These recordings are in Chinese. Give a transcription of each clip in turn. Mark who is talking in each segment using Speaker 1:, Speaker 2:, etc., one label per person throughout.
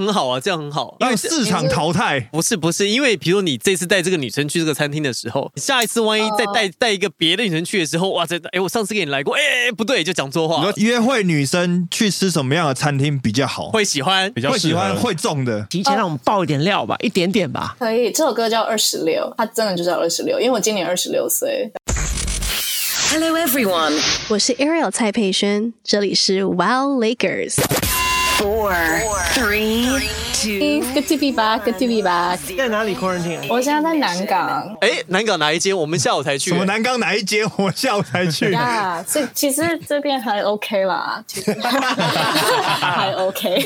Speaker 1: 很好啊，这样很好。因
Speaker 2: 让
Speaker 1: 为
Speaker 2: 市场淘汰。
Speaker 1: 不是不是，因为比如你这次带这个女生去这个餐厅的时候，你下一次万一再带带一个别的女生去的时候，哇，这哎，我上次给你来过，哎哎，不对，就讲错
Speaker 2: 你
Speaker 1: 话
Speaker 2: 说
Speaker 1: 了，
Speaker 2: 约会女生去吃什么样的餐厅比较好？
Speaker 1: 会喜欢
Speaker 3: 比较
Speaker 2: 会喜欢
Speaker 3: 适合
Speaker 2: 会中的。
Speaker 4: 哦
Speaker 5: 提前让我们爆一点料吧，一点点吧。
Speaker 4: 可以，这首歌叫《二十六》，它真的就叫二十六，因为我今年二十六岁。
Speaker 6: Hello everyone.
Speaker 7: 我是 Ariel 蔡佩轩，这里是 Wow Lakers。
Speaker 6: Four, three, two,
Speaker 4: Good to be back, good to be back。
Speaker 5: 在哪里 quarantine？
Speaker 4: 我现在在南港。
Speaker 1: 哎，南港哪一间？我们下午才去
Speaker 2: 什。么南港哪一街？我下午才 去。
Speaker 4: 呀，这其实这边还 OK 啦，其实还 OK。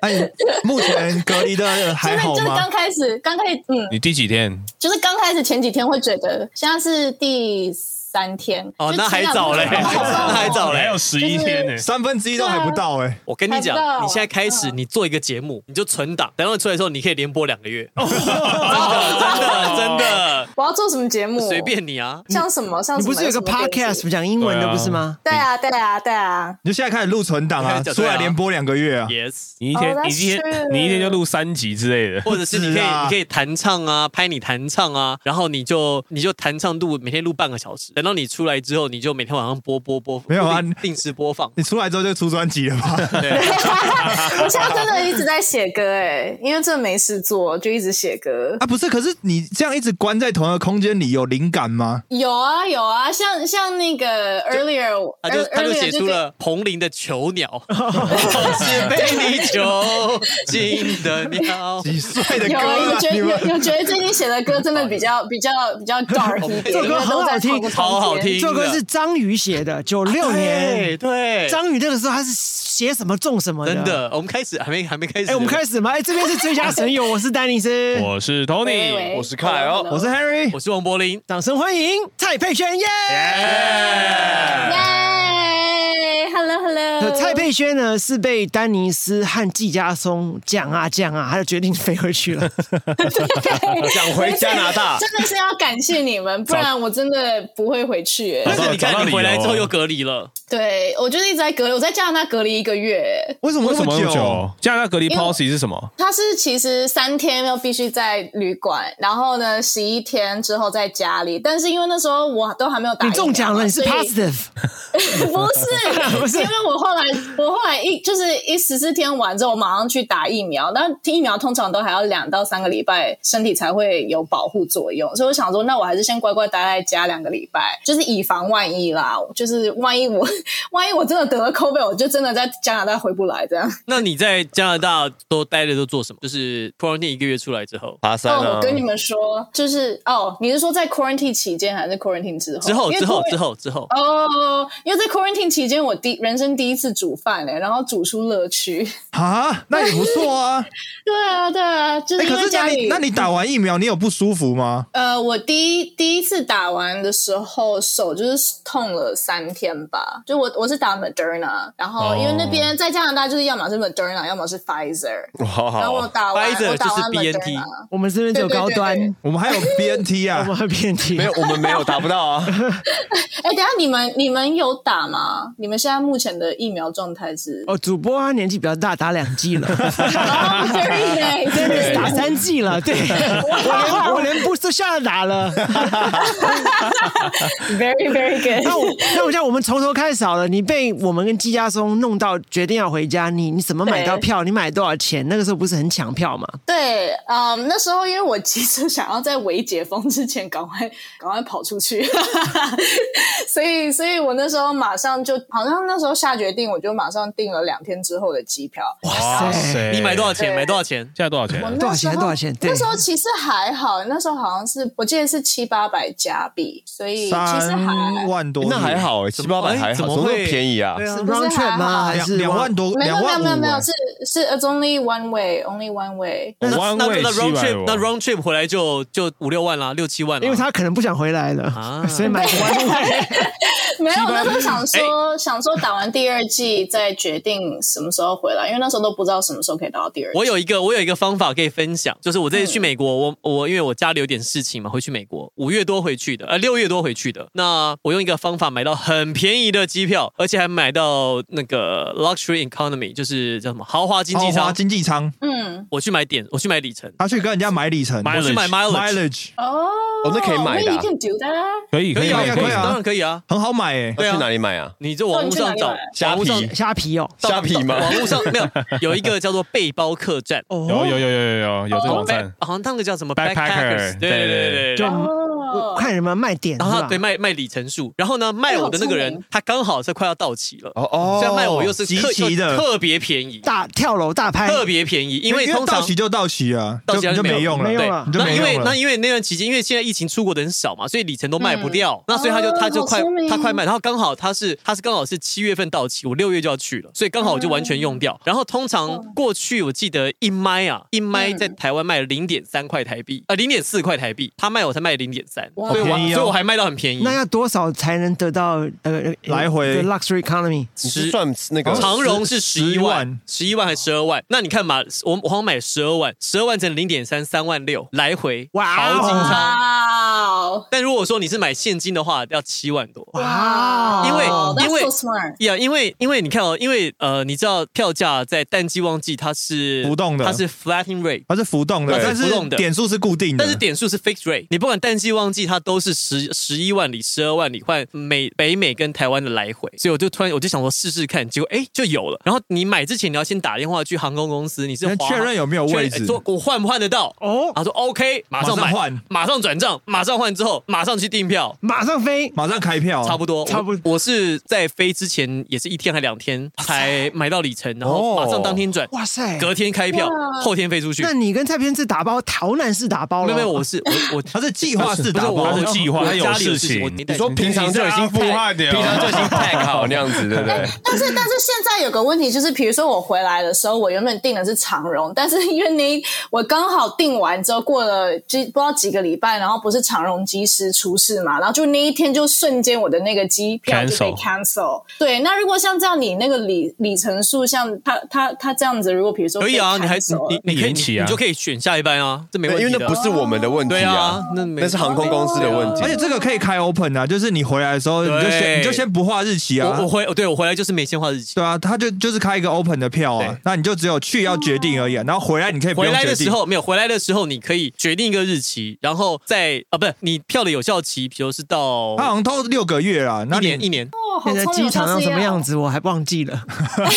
Speaker 2: 哎，你目前隔离的
Speaker 4: 真
Speaker 2: 还
Speaker 4: 的
Speaker 2: 好
Speaker 4: 就是
Speaker 2: 吗
Speaker 4: 刚？开始，刚开始，嗯，
Speaker 3: 你第几 天？
Speaker 4: 就是刚开始前几天会觉得，现在是第三天，
Speaker 1: 哦，
Speaker 4: 就
Speaker 1: 那还
Speaker 4: 前两
Speaker 1: 早嘞，
Speaker 4: 天
Speaker 1: 那还早
Speaker 3: 还
Speaker 1: 嘞
Speaker 3: 有。十一天呢、
Speaker 2: 三分之一都还不到哎。
Speaker 1: 我跟你
Speaker 4: 还不
Speaker 1: 讲，
Speaker 4: 到
Speaker 1: 你现在开始，你做一个节目，你就存档，等到出来的时候，你可以连播两个月。真的，真的，真的，
Speaker 4: 我要做什么节目？
Speaker 1: 随，便你啊。
Speaker 4: 像什么，像
Speaker 5: 你
Speaker 4: 什么
Speaker 5: 不是有个
Speaker 4: 什么东西
Speaker 5: podcast 讲英文的
Speaker 3: 对啊
Speaker 5: 不是吗？
Speaker 4: 对啊，对啊，对啊，
Speaker 2: 你就现在开始录存档
Speaker 1: 开
Speaker 2: 啊，
Speaker 1: 始讲
Speaker 2: 出
Speaker 1: 对啊
Speaker 2: 来连播两个月啊。
Speaker 1: Yes，
Speaker 3: 你一天，
Speaker 4: 哦
Speaker 3: 你一
Speaker 4: 那
Speaker 3: 天
Speaker 4: 是，
Speaker 3: 你一天就录三集之类的。
Speaker 1: 或者是你可
Speaker 2: 是
Speaker 1: 以
Speaker 2: 啊
Speaker 1: 你可以弹唱啊，拍你弹唱啊，然后你就你就弹唱录，每天录半个小时，等到你出来之后，你就每天晚上播播播，
Speaker 2: 没有啊
Speaker 1: 定定时播放。
Speaker 2: 你出来之后就出专辑了吧？
Speaker 4: 我现在真的一直在写歌哎、因为真的没事做，就一直写歌。
Speaker 2: 啊，不是，可是你这样一直关在同一个空间里，有灵感吗？
Speaker 4: 有啊有啊，像像那个 earlier，
Speaker 1: 他就
Speaker 4: ear-
Speaker 1: 他就
Speaker 4: earlier
Speaker 1: 写出
Speaker 4: 跟
Speaker 1: 了彭羚的《囚 鸟》，我是被你囚禁的鸟。
Speaker 2: 几岁的
Speaker 4: 有啊，有
Speaker 2: 歌
Speaker 4: 觉
Speaker 2: 啊？
Speaker 4: 得
Speaker 2: 你
Speaker 4: 有
Speaker 2: 们
Speaker 4: 有觉得最近写的歌真的比较比较比较 dark 一点，
Speaker 1: 这首歌
Speaker 4: 因为都在同个空间
Speaker 1: 好好听
Speaker 5: 这首歌是张宇写的，九六年。
Speaker 1: 啊对对，
Speaker 5: 张宇那个时候他是写什么中什么的。
Speaker 1: 真。的，我们开始还没还没开始，
Speaker 5: 哎，我们开始吗？哎，这边是追加神友，我是丹尼斯，
Speaker 3: 我是
Speaker 4: 喂喂
Speaker 3: Tony，
Speaker 8: 我是凯哦
Speaker 4: Hello，hello
Speaker 2: 我是 Harry，
Speaker 1: 我是王柏林，哎
Speaker 5: 掌声欢迎蔡佩轩耶！
Speaker 4: 耶，Hello
Speaker 5: 呃
Speaker 4: Hello，
Speaker 5: 蔡佩轩呢是被丹尼斯和季家松讲啊讲啊，他就决定飞回去了。
Speaker 8: 想回加拿大，
Speaker 4: 真的是要感谢你们，不然我真的不会回去、
Speaker 3: 找
Speaker 4: 欸。
Speaker 3: 到
Speaker 1: 但是你
Speaker 3: 找到
Speaker 1: 看你
Speaker 3: 理由
Speaker 1: 回来之后
Speaker 3: 啊
Speaker 1: 又隔离了，
Speaker 4: 对，我就是一直在隔离，我在加拿大隔离一个月、
Speaker 2: 为什么
Speaker 3: 为什
Speaker 2: 那
Speaker 3: 么那么
Speaker 2: 久？
Speaker 3: 久？加拿大隔离
Speaker 4: 因为
Speaker 3: policy 是什么？
Speaker 4: 他是其实三天要必须在旅馆，然后呢十一天之后在家里。但是因为那时候我都还没有打疫
Speaker 5: 你
Speaker 4: 苗
Speaker 5: 中奖了，你是
Speaker 4: 所以
Speaker 5: positive，
Speaker 4: 不是
Speaker 5: 不是
Speaker 4: 因为我后来我后来一就是一十四天完之后，我马上去打疫苗。但疫苗通常都还要两到三个礼拜，身体才会有保护作用。所以我想说，那我还是先乖乖待在家两个礼拜，就是以防万一啦。就是万一我 万一我真的得了 COVID，我就真的在加拿大回不来这样。
Speaker 1: 那你在加拿大都待着都做什么？就是 quarantine 一个月出来之后，
Speaker 8: 爬山
Speaker 4: 哦，
Speaker 8: 啊
Speaker 4: 我，跟你们说，就是哦，你是说在 quarantine 期间还是 quarantine 之后？
Speaker 1: 之后
Speaker 4: 哦因为
Speaker 1: 之后
Speaker 4: quarantine-
Speaker 1: 之后之后，
Speaker 4: 哦，因为在 quarantine 期间，我第人生第一次煮饭嘞、然后煮出乐趣。
Speaker 2: 啊，那也不错啊。
Speaker 4: 对啊，对啊，就是
Speaker 2: 哎，
Speaker 4: 因
Speaker 2: 可
Speaker 4: 为
Speaker 2: 是
Speaker 4: 家
Speaker 2: 那
Speaker 4: 里，
Speaker 2: 你那你打完疫苗，你有不舒服吗？
Speaker 4: 呃，我第一第一次打完的时候，手就是痛了三天吧。就我我是打 Moderna，然后
Speaker 3: 哦
Speaker 4: 因为那边在加拿大就是要么是 Moderna，要么是 Pfizer，
Speaker 3: 哦
Speaker 8: 好
Speaker 4: 然后我
Speaker 8: 好，
Speaker 4: 打完
Speaker 1: Pfizer
Speaker 4: 我打完
Speaker 1: 就是 BNT
Speaker 4: Moderna，
Speaker 5: 我们这边只有高端，
Speaker 4: 对对对
Speaker 2: 我们还有 BNT
Speaker 5: 我
Speaker 2: 啊
Speaker 5: 们，会偏题
Speaker 8: 没。有，我们没有达不到啊。
Speaker 4: 哎、等一下你们你们有打吗？你们现在目前的疫苗状态是？
Speaker 5: 哦，主播他年纪比较大，打两季了，
Speaker 4: 哦 very nice，very
Speaker 5: 打
Speaker 4: nice
Speaker 5: 三季了，对我连我连 booster 下 打了。
Speaker 4: very very good。
Speaker 5: 那我那我叫我们从头开始好了。你被我们跟季家松弄到决定要回家，你你怎么买到票？你买多少钱？那个时候不是很抢票吗？
Speaker 4: 对，嗯，那时候因为我急着想要在未解封之前赶快赶快跑出去， 所以所以我那时候马上就好像那时候下决定，我就马上订了两天之后的机票。
Speaker 3: 哇
Speaker 2: 哎
Speaker 3: 塞
Speaker 1: 你买多少钱？
Speaker 4: 对
Speaker 1: 买多少钱？
Speaker 3: 现在多少钱
Speaker 4: 我？
Speaker 8: 哎
Speaker 5: 多少
Speaker 4: 那时
Speaker 5: 钱
Speaker 4: 候
Speaker 5: 多少钱对
Speaker 4: 那时候其实还好，那时候好像是我记得是七八百加币，所以其实还
Speaker 2: 三万多，
Speaker 8: 那还，好欸，
Speaker 1: 怎
Speaker 8: 七
Speaker 1: 么
Speaker 8: 八百
Speaker 1: 哎
Speaker 8: 还
Speaker 1: 怎
Speaker 8: 好，
Speaker 1: 么
Speaker 8: 怎么
Speaker 1: 会
Speaker 8: 会便宜啊？
Speaker 1: 对啊
Speaker 5: 是
Speaker 4: 不是
Speaker 5: round trip 吗？还
Speaker 2: 两
Speaker 5: 是
Speaker 2: 两万？多，
Speaker 4: 没有
Speaker 2: 两
Speaker 4: 没
Speaker 2: 万
Speaker 4: 有
Speaker 2: 五
Speaker 4: 没有没有
Speaker 2: 欸。
Speaker 4: 是是 it's only one way only one way。
Speaker 3: 弯
Speaker 1: 那
Speaker 3: 位
Speaker 1: 那 round
Speaker 3: 七百
Speaker 1: trip
Speaker 3: 五，
Speaker 1: 那 round trip 回来就就五六万啦，六七万啦。
Speaker 5: 因为他可能不想回来了，
Speaker 1: 啊
Speaker 5: 所以买 one way。
Speaker 4: 没有，我那时候想说，想说打完第二剂再决定什么时候回来，因为那时候都不知道什么时候可以打到第二剂。
Speaker 1: 我有一个，我有一个方法可以分享，就是我这
Speaker 2: 嗯
Speaker 1: 次去美国，我我因为我家里有点事情嘛，回去美国五月多回去的，呃六月多回去的。那我用一个方法买到很便宜的机票，而且还买到那个 luxury economy，就是叫什么豪华经济
Speaker 2: 豪华
Speaker 1: 舱。
Speaker 2: 哦经济舱，
Speaker 4: 嗯
Speaker 1: 我去买点，我去买里程，
Speaker 2: 他去跟人家买里程
Speaker 3: Mileage
Speaker 1: 我去买 mileage，
Speaker 2: mileage，
Speaker 4: 哦，
Speaker 8: 哦那可以买的啊
Speaker 4: You can do that。
Speaker 3: 可以
Speaker 2: 可以啊
Speaker 3: 买
Speaker 2: 可以啊
Speaker 1: 当然可以啊。
Speaker 2: 很好买诶。
Speaker 1: 对啊
Speaker 8: 要去哪里买啊？
Speaker 1: 你就网络上找
Speaker 4: 哦你，
Speaker 8: 虾
Speaker 1: 网络上
Speaker 8: 皮，
Speaker 5: 虾皮哦，
Speaker 1: 到
Speaker 8: 虾皮吗
Speaker 1: 网络上没有，有一个叫做背包客栈，哦
Speaker 3: 有有有有有有有这个
Speaker 8: 哦
Speaker 3: 网站，
Speaker 1: 好像那个叫什么
Speaker 3: Backpacker，
Speaker 1: backpackers，对对对对，
Speaker 5: 就
Speaker 1: 对
Speaker 5: 我
Speaker 4: 哦，
Speaker 5: 看有没有卖点是
Speaker 1: 然后他
Speaker 5: 吧
Speaker 1: 啊对？卖卖里程数，然后呢卖我的那个
Speaker 4: 哎好聪
Speaker 1: 人
Speaker 4: 明，
Speaker 1: 他刚好是快要到期了，
Speaker 8: 哦哦
Speaker 1: 所以他卖我又是
Speaker 2: 集
Speaker 1: 特
Speaker 2: 齐的
Speaker 1: 特别便宜，
Speaker 5: 大跳楼大拍，
Speaker 1: 特别便宜，因为通
Speaker 2: 到
Speaker 1: 常
Speaker 2: 期就到期啊，
Speaker 1: 到
Speaker 2: 就
Speaker 1: 期还
Speaker 2: 你
Speaker 1: 是
Speaker 2: 就
Speaker 1: 没
Speaker 2: 没
Speaker 1: 有
Speaker 2: 用
Speaker 5: 没用
Speaker 2: 了，
Speaker 4: 啊
Speaker 5: 了
Speaker 2: 你就
Speaker 1: 那
Speaker 2: 没
Speaker 1: 因为
Speaker 2: 用
Speaker 1: 那
Speaker 2: 了。
Speaker 1: 因为那段期间，因为现在疫情出国的人少嘛，所以里程都卖不掉，那所以他就
Speaker 4: 哦
Speaker 1: 他就
Speaker 4: 好
Speaker 1: 快
Speaker 4: 聪明
Speaker 1: 他快卖，然后刚好他是他是刚好是七月份到期，我六月就要去了，所以刚好我就完全用掉。然后通常过去我记得一麦啊，一麦在台湾卖零点三块台币，呃零点四块台币，他卖我才卖零点三，
Speaker 4: 哇
Speaker 1: 所以我
Speaker 2: 好便宜哦
Speaker 1: 所以我还卖到很便宜
Speaker 5: 那。要多少才能得到呃
Speaker 2: 来回
Speaker 5: luxury economy？
Speaker 8: 你是算那
Speaker 2: 哦
Speaker 8: 个
Speaker 1: 长荣是十一
Speaker 2: 11
Speaker 1: 万
Speaker 2: 万，
Speaker 1: 十一万还十二万？那你看嘛，我我好像买十二万，十二万乘零点三，三万六来回。
Speaker 5: 哇
Speaker 1: 豪金
Speaker 5: 哦
Speaker 1: 仓。
Speaker 4: 哇哦，
Speaker 1: 但如果说你是买现金的话，要七万多。
Speaker 5: 哇
Speaker 1: 因为
Speaker 4: 哦
Speaker 1: 因为
Speaker 4: that's so smart
Speaker 1: 呀因为因为你看哦，因为呃，你知道票价在淡季旺季它是
Speaker 2: 浮动的
Speaker 1: 它是 flatting rate，
Speaker 2: 它是浮动的，
Speaker 1: 对
Speaker 2: 但
Speaker 1: 浮动
Speaker 2: 是
Speaker 1: 的
Speaker 2: 点数是固定的，
Speaker 1: 但是点数是 fixed rate。你不管淡季旺季，它都是十十一万里、十二万里换美北美跟台湾的来回。所以我就突然我就想说试试看，结果哎就有了。然后你买之前你要先打电话去航空公司，你是
Speaker 2: 先
Speaker 1: 华
Speaker 2: 确认有没有
Speaker 1: 确认
Speaker 2: 位置
Speaker 1: 哎说我换不换得到？
Speaker 5: 哦，
Speaker 1: 他说 OK，马上
Speaker 2: 马上
Speaker 1: 买
Speaker 2: 换
Speaker 1: 马上转账，马上换之后马上去订票。
Speaker 5: 马上飞，
Speaker 2: 马上开票，啊
Speaker 1: 差不多，
Speaker 5: 差不
Speaker 1: 我。我是在飞之前也是一天还两天才买到里程，然后马上当天转，
Speaker 5: 哇塞！
Speaker 1: 隔天开票，后天飞出去。
Speaker 5: 那你跟蔡偏是打包，桃南是打包
Speaker 1: 没
Speaker 5: 了，
Speaker 1: 有没有，我是我我
Speaker 2: 它是计划式
Speaker 1: 不是
Speaker 2: 打
Speaker 1: 我
Speaker 2: 包，
Speaker 3: 他是计划
Speaker 1: 我
Speaker 3: 他有
Speaker 1: 家里有
Speaker 3: 事
Speaker 1: 情，
Speaker 3: 情
Speaker 1: 我没带
Speaker 8: 你说
Speaker 1: 钱
Speaker 8: 平常就已经
Speaker 3: 你是阿富汗
Speaker 8: tag，
Speaker 3: 的哦
Speaker 8: 平常就已经 tag 好那样子，对不对？
Speaker 4: 但 是但是现在有个问题就是，比如说我回来的时候，我原本订的是长荣，但是因为那一我刚好订完之后，过了几不知道几个礼拜，然后不是长荣机师出事嘛，然后就那一天就瞬间我的那个机票就被
Speaker 3: Cancel
Speaker 4: cancel。对，那如果像这样，你那个里里程数像他他他这样子，如果比如说
Speaker 5: 哎
Speaker 1: 可以啊，
Speaker 4: 被
Speaker 1: 你还
Speaker 4: cancel 了
Speaker 1: 你你可以
Speaker 3: 延期啊
Speaker 1: 你就可以选下一班啊，这没问
Speaker 8: 对
Speaker 1: 题
Speaker 8: 因
Speaker 1: 的。
Speaker 8: 为那不是我们的问题
Speaker 1: 对啊
Speaker 8: 啊，，
Speaker 1: 那没啊
Speaker 8: 那是航空公司的问题
Speaker 2: 而。且这个可以开 open 啊，就是你回来的时候，你就
Speaker 1: 对
Speaker 2: 先你就先不画日期啊
Speaker 1: 我我，回对我回来就是没先画日期。
Speaker 2: 对啊，他就就是开一个 open 的票啊
Speaker 1: 对，
Speaker 2: 那你就只有去要决定而已、啊，然后回来你可以不
Speaker 1: 回
Speaker 2: 用
Speaker 1: 来
Speaker 2: 决
Speaker 1: 的时
Speaker 2: 定。
Speaker 1: 候没有，回来的时候你可以决定一个日期，然后在啊，不是你票的有效期，比如是到
Speaker 2: 他好像都六个月啦，那
Speaker 1: 一年
Speaker 2: 你
Speaker 1: 一年。
Speaker 4: 哦好
Speaker 5: 现在
Speaker 4: 聪明
Speaker 5: 机场长什么样
Speaker 4: 子？
Speaker 5: 子啊我还忘记了，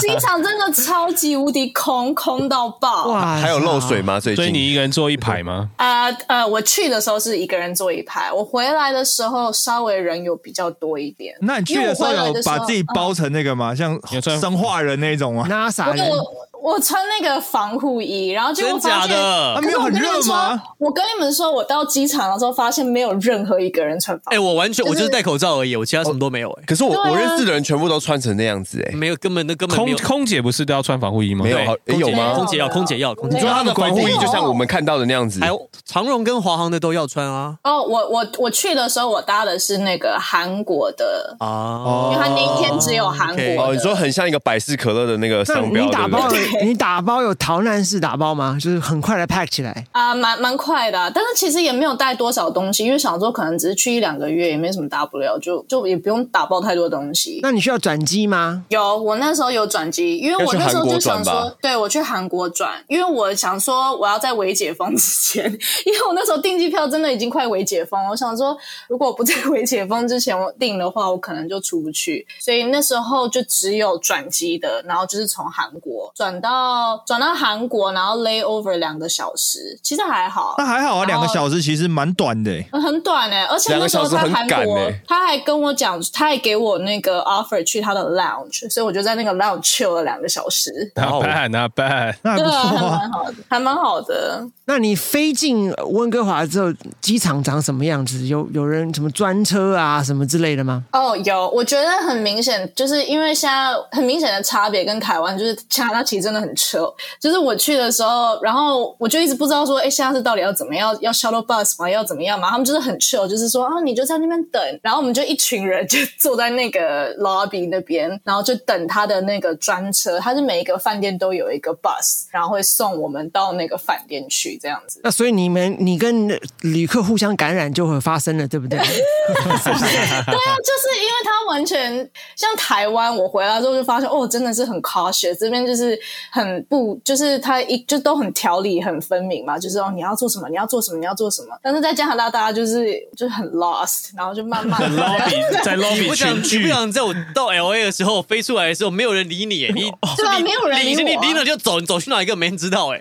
Speaker 4: 机场真的超级无敌空，空到爆！
Speaker 5: 哇！
Speaker 8: 还有漏水吗？最
Speaker 3: 所以
Speaker 8: 近
Speaker 3: 你一个人坐一排吗？
Speaker 4: 呃呃，我去的时候是一个人坐一排，我回来的时候稍微人有比较多一点。
Speaker 2: 那你去的时候
Speaker 4: 因为我回来
Speaker 2: 有
Speaker 4: 的时候
Speaker 2: 把自己包成那个吗？像
Speaker 3: 有穿
Speaker 2: 生化人那种吗？
Speaker 5: ，NASA 人
Speaker 4: 啊我我穿那个防护衣，然后结果
Speaker 1: 真
Speaker 4: 发
Speaker 1: 假
Speaker 4: 现。
Speaker 1: 的
Speaker 2: 啊？
Speaker 4: 可
Speaker 2: 没
Speaker 4: 是
Speaker 2: 有
Speaker 4: 我
Speaker 2: 很
Speaker 4: 跟你们
Speaker 2: 热
Speaker 4: 说
Speaker 2: 吗？，
Speaker 4: 我跟你们说，我到机场的时候发现没有任何一个人穿防
Speaker 1: 哎、
Speaker 4: 护衣，
Speaker 1: 我完全我
Speaker 4: 就是
Speaker 1: 就是戴口罩而已，我其他什么都没有、
Speaker 8: 可是我
Speaker 4: 对啊
Speaker 8: 我认识的人全部都穿成那样子
Speaker 1: 哎，
Speaker 8: 哎，
Speaker 1: 没有，根本那根本没
Speaker 3: 空
Speaker 1: 有。
Speaker 3: 空姐不是都要穿防护衣吗？
Speaker 8: 没有好哎有吗
Speaker 1: 空？姐要，空姐要，空姐
Speaker 4: 你
Speaker 8: 你说
Speaker 1: 要。
Speaker 8: 他的防护衣就哦像我们看到的那样子
Speaker 1: 还，有长荣跟华航的都要穿啊
Speaker 2: 哎
Speaker 4: 哦，我我我去的时候，我搭的是那个韩国的，
Speaker 1: 啊！
Speaker 4: 因
Speaker 1: 哦
Speaker 4: 为他那一天只有韩国
Speaker 1: OK
Speaker 4: 的。
Speaker 8: 哦，你说很像一个百事可乐的那个
Speaker 5: 那
Speaker 8: 商标，
Speaker 5: 你打
Speaker 8: 对不
Speaker 5: 包
Speaker 8: 对？
Speaker 5: 有你打包有桃南式打包吗？就是很快的 pack 起来，
Speaker 4: 啊，蛮蛮快的啊、但是其实也没有带多少东西，因为想说可能只是去一两个月，也没什么大不了，就就也不用打包太多东西。
Speaker 5: 那你需要转机吗？
Speaker 4: 有，我那时候有转机，因为我那时候就想
Speaker 8: 要去韩国转
Speaker 4: 说
Speaker 8: 吧，
Speaker 4: 对我去韩国转，因为我想说我要在微解封之前，因为我那时候订机票真的已经快微解封了，我想说如果我不在微解封之前我订的话，我可能就出不去，所以那时候就只有转机的，然后就是从韩国转到转到韩国，然后 lay over 两个小时，其实还好
Speaker 2: 那。还好啊，两个小时其实蛮短的、欸。
Speaker 4: 呃很短哎、而且
Speaker 8: 两
Speaker 4: 那
Speaker 8: 个
Speaker 4: 时候
Speaker 8: 小时
Speaker 4: 在
Speaker 8: 很
Speaker 4: 韩
Speaker 8: 赶
Speaker 4: 国，
Speaker 8: 欸
Speaker 4: 他还跟我讲，他还给我那个 offer 去他的 lounge，所以我就在那个 lounge chill 了两个小时，
Speaker 3: ，Not bad, not bad。
Speaker 2: 那还
Speaker 4: 对
Speaker 2: 不
Speaker 4: 啊，还
Speaker 2: 错啊，
Speaker 4: 蛮好的，还蛮好的。
Speaker 5: 那你飞进温哥华之后，机场长什么样子？有有人什么专车啊什么之类的吗？
Speaker 4: 哦，有，我觉得很明显，就是因为现在很明显的差别跟台湾，就是加拿大其实真的很扯。就是我去的时候，然后我就一直不知道说，哎，下次到底要怎么样？要 shuttle bus 吗？要怎么样嘛？他们就是很 chill，就是说啊，你就在那边等。然后我们就一群人就坐在那个 lobby 那边，然后就等他的那个专车。他是每一个饭店都有一个 bus，然后会送我们到那个饭店去这样子。
Speaker 5: 那所以你们，你跟旅客互相感染就会发生了，对不 对？
Speaker 4: 对啊，就是因为他完全像台湾，我回来之后就发现，哦，真的是很 cautious，这边就是很不，就是他一就都很条理很分明嘛，就是哦你要做什么，你要做什么，你要做什么。但是在加拿大，大家就是就是很 lost，然后就慢慢
Speaker 3: lobby 在
Speaker 1: 你
Speaker 3: lobby
Speaker 1: 不想
Speaker 3: 群
Speaker 1: 你不
Speaker 3: 聚，
Speaker 1: 想在我到 L A 的时候飞出来的时候，没有人理你耶，哎你
Speaker 4: 对啊没有人理
Speaker 1: 你你
Speaker 4: 我啊
Speaker 1: 你了就走，你走去哪一个没人知道哎，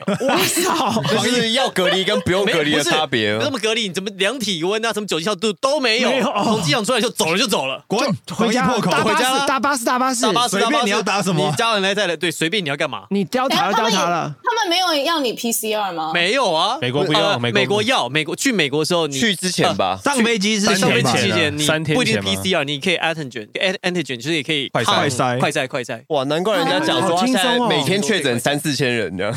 Speaker 8: 就是要隔离跟不用
Speaker 1: 没
Speaker 8: 隔离 的差别
Speaker 1: 不是。怎么隔离？你怎么量体温啊？什么酒精消毒都没有
Speaker 5: 没有，
Speaker 1: 从机场出来就走了就走了。
Speaker 2: 滚，
Speaker 5: 回家
Speaker 2: 防疫破口，
Speaker 5: 搭
Speaker 1: 回
Speaker 5: 巴
Speaker 1: 家
Speaker 5: 士，
Speaker 1: 啦
Speaker 5: 搭巴士，搭巴士，
Speaker 1: 打巴士
Speaker 2: 随便
Speaker 1: 打巴士
Speaker 2: 你要打什么
Speaker 1: 你家人来再来，对，随便你要干嘛？
Speaker 5: 你叼
Speaker 4: 哎
Speaker 5: 塔
Speaker 4: 他
Speaker 5: 就叼
Speaker 4: 们也
Speaker 5: 塔了。
Speaker 4: 他们没有要你 PCR 吗？
Speaker 1: 没有啊，
Speaker 3: 美国不要
Speaker 1: 呃
Speaker 3: 美国不
Speaker 1: 美国要，美国去美国的时候你
Speaker 8: 去之前吧，
Speaker 2: 上飞机是
Speaker 1: 呃上飞机
Speaker 2: 吧
Speaker 1: 期间，
Speaker 3: 啊
Speaker 1: 你
Speaker 3: 三天
Speaker 1: 不一定
Speaker 3: 前吗
Speaker 1: PCR，你可以 antigen，ant- antigen 就是也可以
Speaker 3: 快筛
Speaker 1: 抗
Speaker 2: 快筛
Speaker 1: 快筛，快筛。
Speaker 8: 哇，难怪人家讲说
Speaker 5: 好
Speaker 8: 他
Speaker 5: 轻
Speaker 8: 现
Speaker 5: 松哦
Speaker 8: 在每天确诊三四千人这样，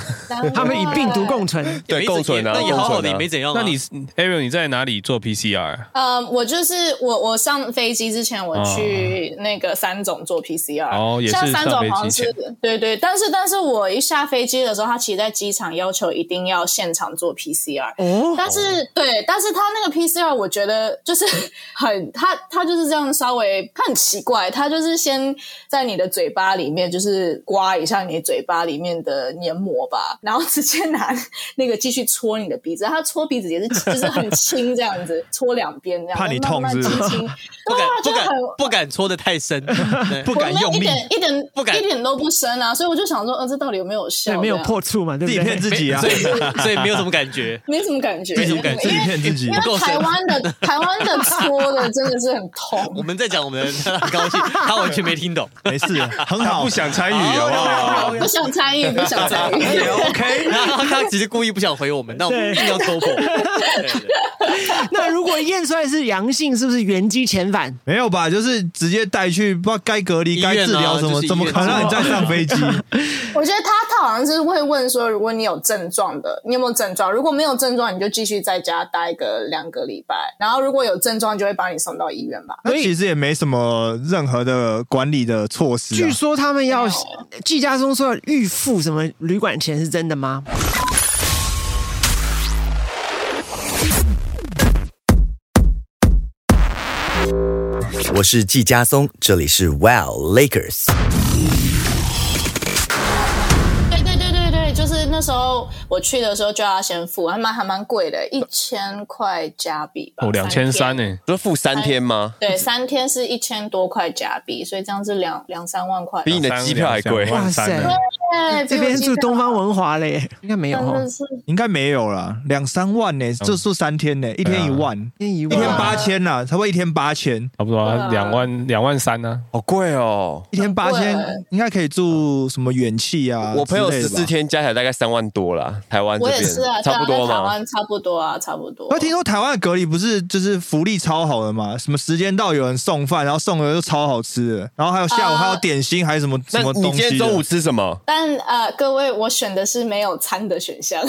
Speaker 5: 他们以病毒共存，
Speaker 1: 也
Speaker 8: 对，
Speaker 1: 没
Speaker 8: 共存啊，
Speaker 1: 那也好好
Speaker 8: 共
Speaker 1: 的，也
Speaker 8: 存
Speaker 1: 没
Speaker 8: 啊。
Speaker 1: 怎样啊。
Speaker 3: 那你 Ariel 你在哪里做 PCR？
Speaker 4: 呃，我就是我，我上飞机之前我去那个三总做 PCR，、
Speaker 3: 嗯哦也是
Speaker 4: 像三总好
Speaker 3: 上飞
Speaker 4: 像
Speaker 3: 机
Speaker 4: 是对对，但是但是我一下飞机的时候，他其实在机场要求一定要现场做 PCR，、
Speaker 5: 哦
Speaker 4: 但是对，但是他那个 PCR 我觉得就是 很他他就是这样稍微他很奇怪，他就是先在你的嘴巴里面就是刮一下你嘴巴里面的黏膜吧，然后直接拿那个继续戳你的鼻子，他戳鼻子也是就是很轻这样子， 戳两边这样，
Speaker 2: 怕你
Speaker 4: 慢慢
Speaker 2: 痛是不是
Speaker 4: 轻轻，
Speaker 1: 不
Speaker 4: 对
Speaker 1: 敢
Speaker 4: 啊，
Speaker 1: 不
Speaker 4: 就
Speaker 1: 敢
Speaker 4: 很。
Speaker 1: 不敢戳的太 深，对
Speaker 2: 不
Speaker 4: 我
Speaker 2: 敢
Speaker 4: 那
Speaker 2: 用
Speaker 4: 一
Speaker 2: 力，
Speaker 4: 点一点
Speaker 1: 不敢
Speaker 4: 一点都不深啊，所以我就想说，呃，这到底有没有效？
Speaker 5: 对，没有
Speaker 4: 这样，
Speaker 5: 破处嘛，对
Speaker 2: 自
Speaker 5: 不
Speaker 2: 己
Speaker 5: 对？
Speaker 2: 骗自己啊
Speaker 1: 所，以所以没有什么感觉。
Speaker 4: 没什么感觉，
Speaker 1: 没什么感觉
Speaker 2: 自己
Speaker 4: 因为
Speaker 2: 骗自己
Speaker 4: 因。为台湾的台湾的搓的真的是很
Speaker 1: 我
Speaker 4: 痛。
Speaker 1: 们在讲我们的很高 兴，他完全没听懂。
Speaker 2: 没事，很
Speaker 3: 他
Speaker 2: 好，
Speaker 3: 不想参与好不好？
Speaker 4: 不想参与，不想参与。
Speaker 3: 哎
Speaker 1: OK，然后他其实故意不想回我们，那我们硬要戳破。对对
Speaker 5: 那如果验出来是阳性，是不是原机遣返？
Speaker 2: 没有吧？就是直接带去，不知道该隔离、
Speaker 1: 医院啊
Speaker 2: 该治疗什
Speaker 1: 就
Speaker 2: 么，
Speaker 1: 是医院
Speaker 2: 怎么可能让你再上飞机？
Speaker 4: 我觉得他他好像是会问说，如果你有症状的，你有没有症状？如果没有症状，你就继续在家待个两个礼拜。然后如果有症状，就会把你送到医院吧。
Speaker 2: 那其实也没什么任何的管理的措施、啊。
Speaker 5: 据说他们要
Speaker 4: 没有
Speaker 5: 季家松说要预付什么旅馆钱，是真的吗？
Speaker 9: 我是季家松，这里是 Wow Lakers。
Speaker 4: 对对对对对，就是那时候我去的时候就要先付，还蛮还蛮贵的，一千块加币吧，
Speaker 3: 哦，两千
Speaker 4: 三
Speaker 3: 三
Speaker 4: 天。
Speaker 3: 呢，
Speaker 8: 说付三天吗？
Speaker 4: 对，三天是一千多块加币，所以这样是两两三万块。
Speaker 8: 比你的机票还贵
Speaker 3: 两万三呢
Speaker 5: 哇塞
Speaker 4: 对，
Speaker 5: 这边住东方文华嘞，应该没有
Speaker 4: 真
Speaker 5: 哈
Speaker 4: 的，嗯是
Speaker 2: 应该没有啦，两三万呢、这住三天呢、一天一万，
Speaker 5: 一天一
Speaker 2: 一天
Speaker 5: 万，
Speaker 2: 八千啦，差不多一天八千，
Speaker 3: 差不多
Speaker 4: 对
Speaker 3: 啊
Speaker 4: 啊
Speaker 3: 两万两万三啊呢。
Speaker 8: 好贵哦！
Speaker 2: 一天八
Speaker 4: 很贵
Speaker 2: 千，应该可以住什么远气啊？
Speaker 8: 我朋友
Speaker 2: 之类
Speaker 8: 十
Speaker 2: 的吧
Speaker 8: 四。天加起来大概三万多啦，台湾这
Speaker 4: 我
Speaker 8: 边
Speaker 4: 也是啊，对
Speaker 8: 差
Speaker 4: 啊
Speaker 8: 不多
Speaker 4: 在台
Speaker 8: 嘛。
Speaker 4: 湾差不多啊，差不多。
Speaker 2: 我听说台湾的隔离不是就是福利超好的嘛？什么时间到有人送饭，然后送的都超好吃的，然后还有下午
Speaker 4: 啊
Speaker 2: 还有点心，还有什么
Speaker 8: 那
Speaker 2: 什么
Speaker 8: 你
Speaker 2: 东
Speaker 8: 今天
Speaker 2: 西的。
Speaker 8: 中午吃什么？
Speaker 4: 但呃，各位，我选的是没有餐的选项。
Speaker 2: 嗯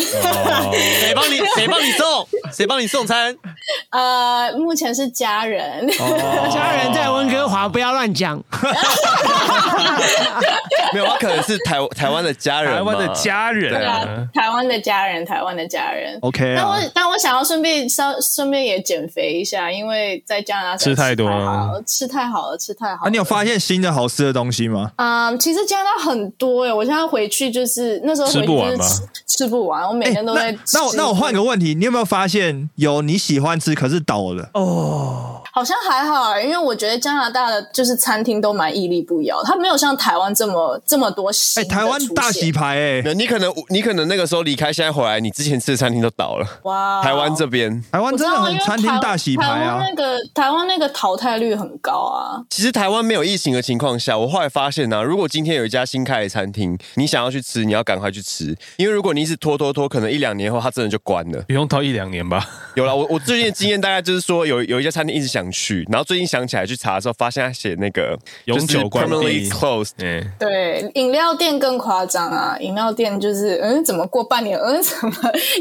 Speaker 1: 谁帮你谁帮你送？谁帮你送餐？
Speaker 4: 呃，目前是家人，
Speaker 2: 哦
Speaker 5: 家人在温哥华，不要乱 讲。
Speaker 8: 没有，他可能是台台湾的家人嘛，
Speaker 3: 台湾的家
Speaker 8: 对
Speaker 4: 对
Speaker 3: 人
Speaker 4: 啊，， 台湾的家人，台湾的家人。
Speaker 2: OK
Speaker 4: 但
Speaker 2: 啊
Speaker 4: 我，但我想要顺便稍顺便也减肥一下，因为在加拿大实在
Speaker 3: 吃太多
Speaker 4: 好了吃太好了，吃太好了。
Speaker 2: 啊，你有发现新的好吃的东西吗？
Speaker 4: 嗯，其实加拿大很多欸耶，我现在回去就是那时候回
Speaker 3: 吃不完
Speaker 4: 去就是
Speaker 3: 吧
Speaker 4: 吃吃不完，我每天都在
Speaker 2: 哎那
Speaker 4: 吃。
Speaker 2: 那我那我换个问题，你有没有发现有你喜欢吃可是倒了？哦，
Speaker 4: 好像还好，啊因为我觉得加拿大的就是餐厅都蛮屹立不摇，它没有像台湾这么这么多新
Speaker 2: 哎，
Speaker 4: 的出现。
Speaker 2: 台湾大洗牌哎
Speaker 8: 没，有，你可能你可能那个时候离开，现在回来，你之前吃的餐厅都倒了。
Speaker 4: 哇，
Speaker 8: 台湾这边，
Speaker 2: 台湾
Speaker 4: 我知
Speaker 2: 真的
Speaker 4: 道，
Speaker 2: 很
Speaker 4: 因为
Speaker 2: 餐厅
Speaker 4: 台湾
Speaker 2: 大洗牌
Speaker 4: 台
Speaker 2: 啊
Speaker 4: 湾。那个台湾那个淘汰率很高啊，
Speaker 8: 其实台湾没有疫情的情况下，我后来发现呢、啊，如果今天有一家新开的餐厅，你想要去吃，你要赶快去吃，因为如果你一直拖拖拖，可能一两年后它真的就关了。
Speaker 3: 不用到一两年吧？
Speaker 8: 有了，我我最近的经验大概就是说，有有一家餐厅一直想想去，然后最近想起来去查的时候，发现他写那个
Speaker 3: 永久
Speaker 8: 就是
Speaker 3: 关闭
Speaker 8: permanently closed，
Speaker 3: 嗯，
Speaker 4: 对，饮料店更夸张啊！饮料店就是，嗯，怎么过半年，嗯，怎么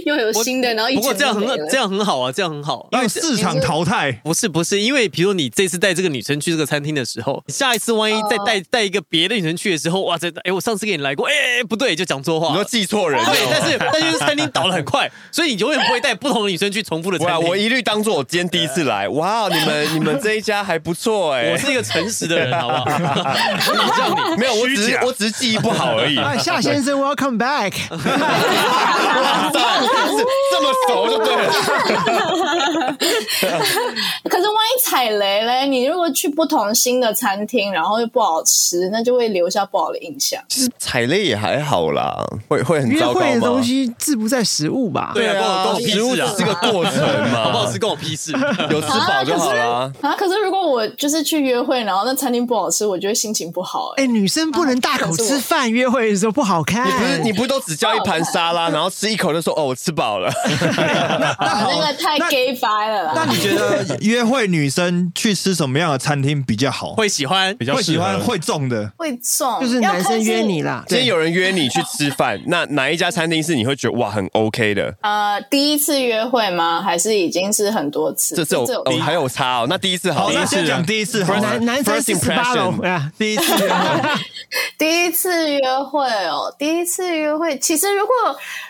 Speaker 4: 又有新的，然后一
Speaker 1: 不过
Speaker 4: 钱
Speaker 1: 这样
Speaker 4: 就
Speaker 1: 很
Speaker 4: 没
Speaker 1: 好
Speaker 4: 了
Speaker 1: 这样很好啊，这样很好啊。
Speaker 2: 因为市场淘汰，
Speaker 1: 不是不是，因为比如你这次带这个女生去这个餐厅的时候，你下一次万一再带、带一个别的女生去的时候，哇，这哎，我上次给你来过，哎哎不对，就讲错
Speaker 8: 你
Speaker 1: 话
Speaker 8: 说
Speaker 1: 了。
Speaker 8: 记错人了。
Speaker 1: 对，但是但就是餐厅倒了很快，所以你永远不会带不同的女生去重复的餐
Speaker 8: 哇，
Speaker 1: 厅。
Speaker 8: 我一律当做我今天第一次来。哇，你们你们这一家还不错哎、
Speaker 1: 我是一个诚实的人，好不好？我礼让你。
Speaker 8: 没有，我只
Speaker 3: 虚
Speaker 8: 是
Speaker 3: 假
Speaker 8: 我只是记忆不好而已。
Speaker 5: 哎，夏先生，Welcome back！
Speaker 8: 哇塞，是这么熟就对了。
Speaker 4: 可是万一踩雷嘞，你如果去不同新的餐厅，然后又不好吃，那就会留下不好的印象。
Speaker 8: 其实踩雷也还好啦，会会很
Speaker 5: 约
Speaker 8: 糟糕
Speaker 5: 会的东
Speaker 8: 吗？
Speaker 5: 西志不在食物吧？
Speaker 1: 对啊，关我关我
Speaker 8: 食物
Speaker 1: 屁事
Speaker 8: 只
Speaker 1: 啊！
Speaker 8: 是个过程嘛，
Speaker 1: 好不好吃关我屁事。
Speaker 8: 有吃饱就好啦。
Speaker 4: 啊，可是如果我就是去约会，然后那餐厅不好吃，我就会心情不好、欸。
Speaker 5: 哎，女生不能大口吃饭，约会的时候不好看。
Speaker 8: 你不是你不是都只叫一盘沙拉，然后吃一口就说哦我吃饱了？
Speaker 4: 啊那个太 gay 白了啦。
Speaker 2: 那你觉得 约会女生去吃什么样的餐厅比较好？
Speaker 1: 会喜欢
Speaker 3: 比较
Speaker 2: 会喜
Speaker 3: 适
Speaker 2: 欢
Speaker 3: 合
Speaker 2: 会中的，
Speaker 4: 会中，
Speaker 5: 就是
Speaker 4: 要
Speaker 5: 男生
Speaker 4: 看是
Speaker 5: 约你。啦，
Speaker 8: 今天有人约你去吃饭，那哪一家餐厅是你会觉得哇很 OK 的？
Speaker 4: 呃，第一次约会吗？还是已经是很多次？
Speaker 8: 这这有
Speaker 4: 有
Speaker 8: 哦还有差哦。那第一次好
Speaker 2: 好，
Speaker 8: 了，
Speaker 2: 那先讲第一 次好了
Speaker 5: 男。男生
Speaker 8: First
Speaker 5: 四十八楼
Speaker 8: impression
Speaker 5: 啊，
Speaker 2: 第一次约会，
Speaker 4: 第一次约会哦，第一次约会，其实如果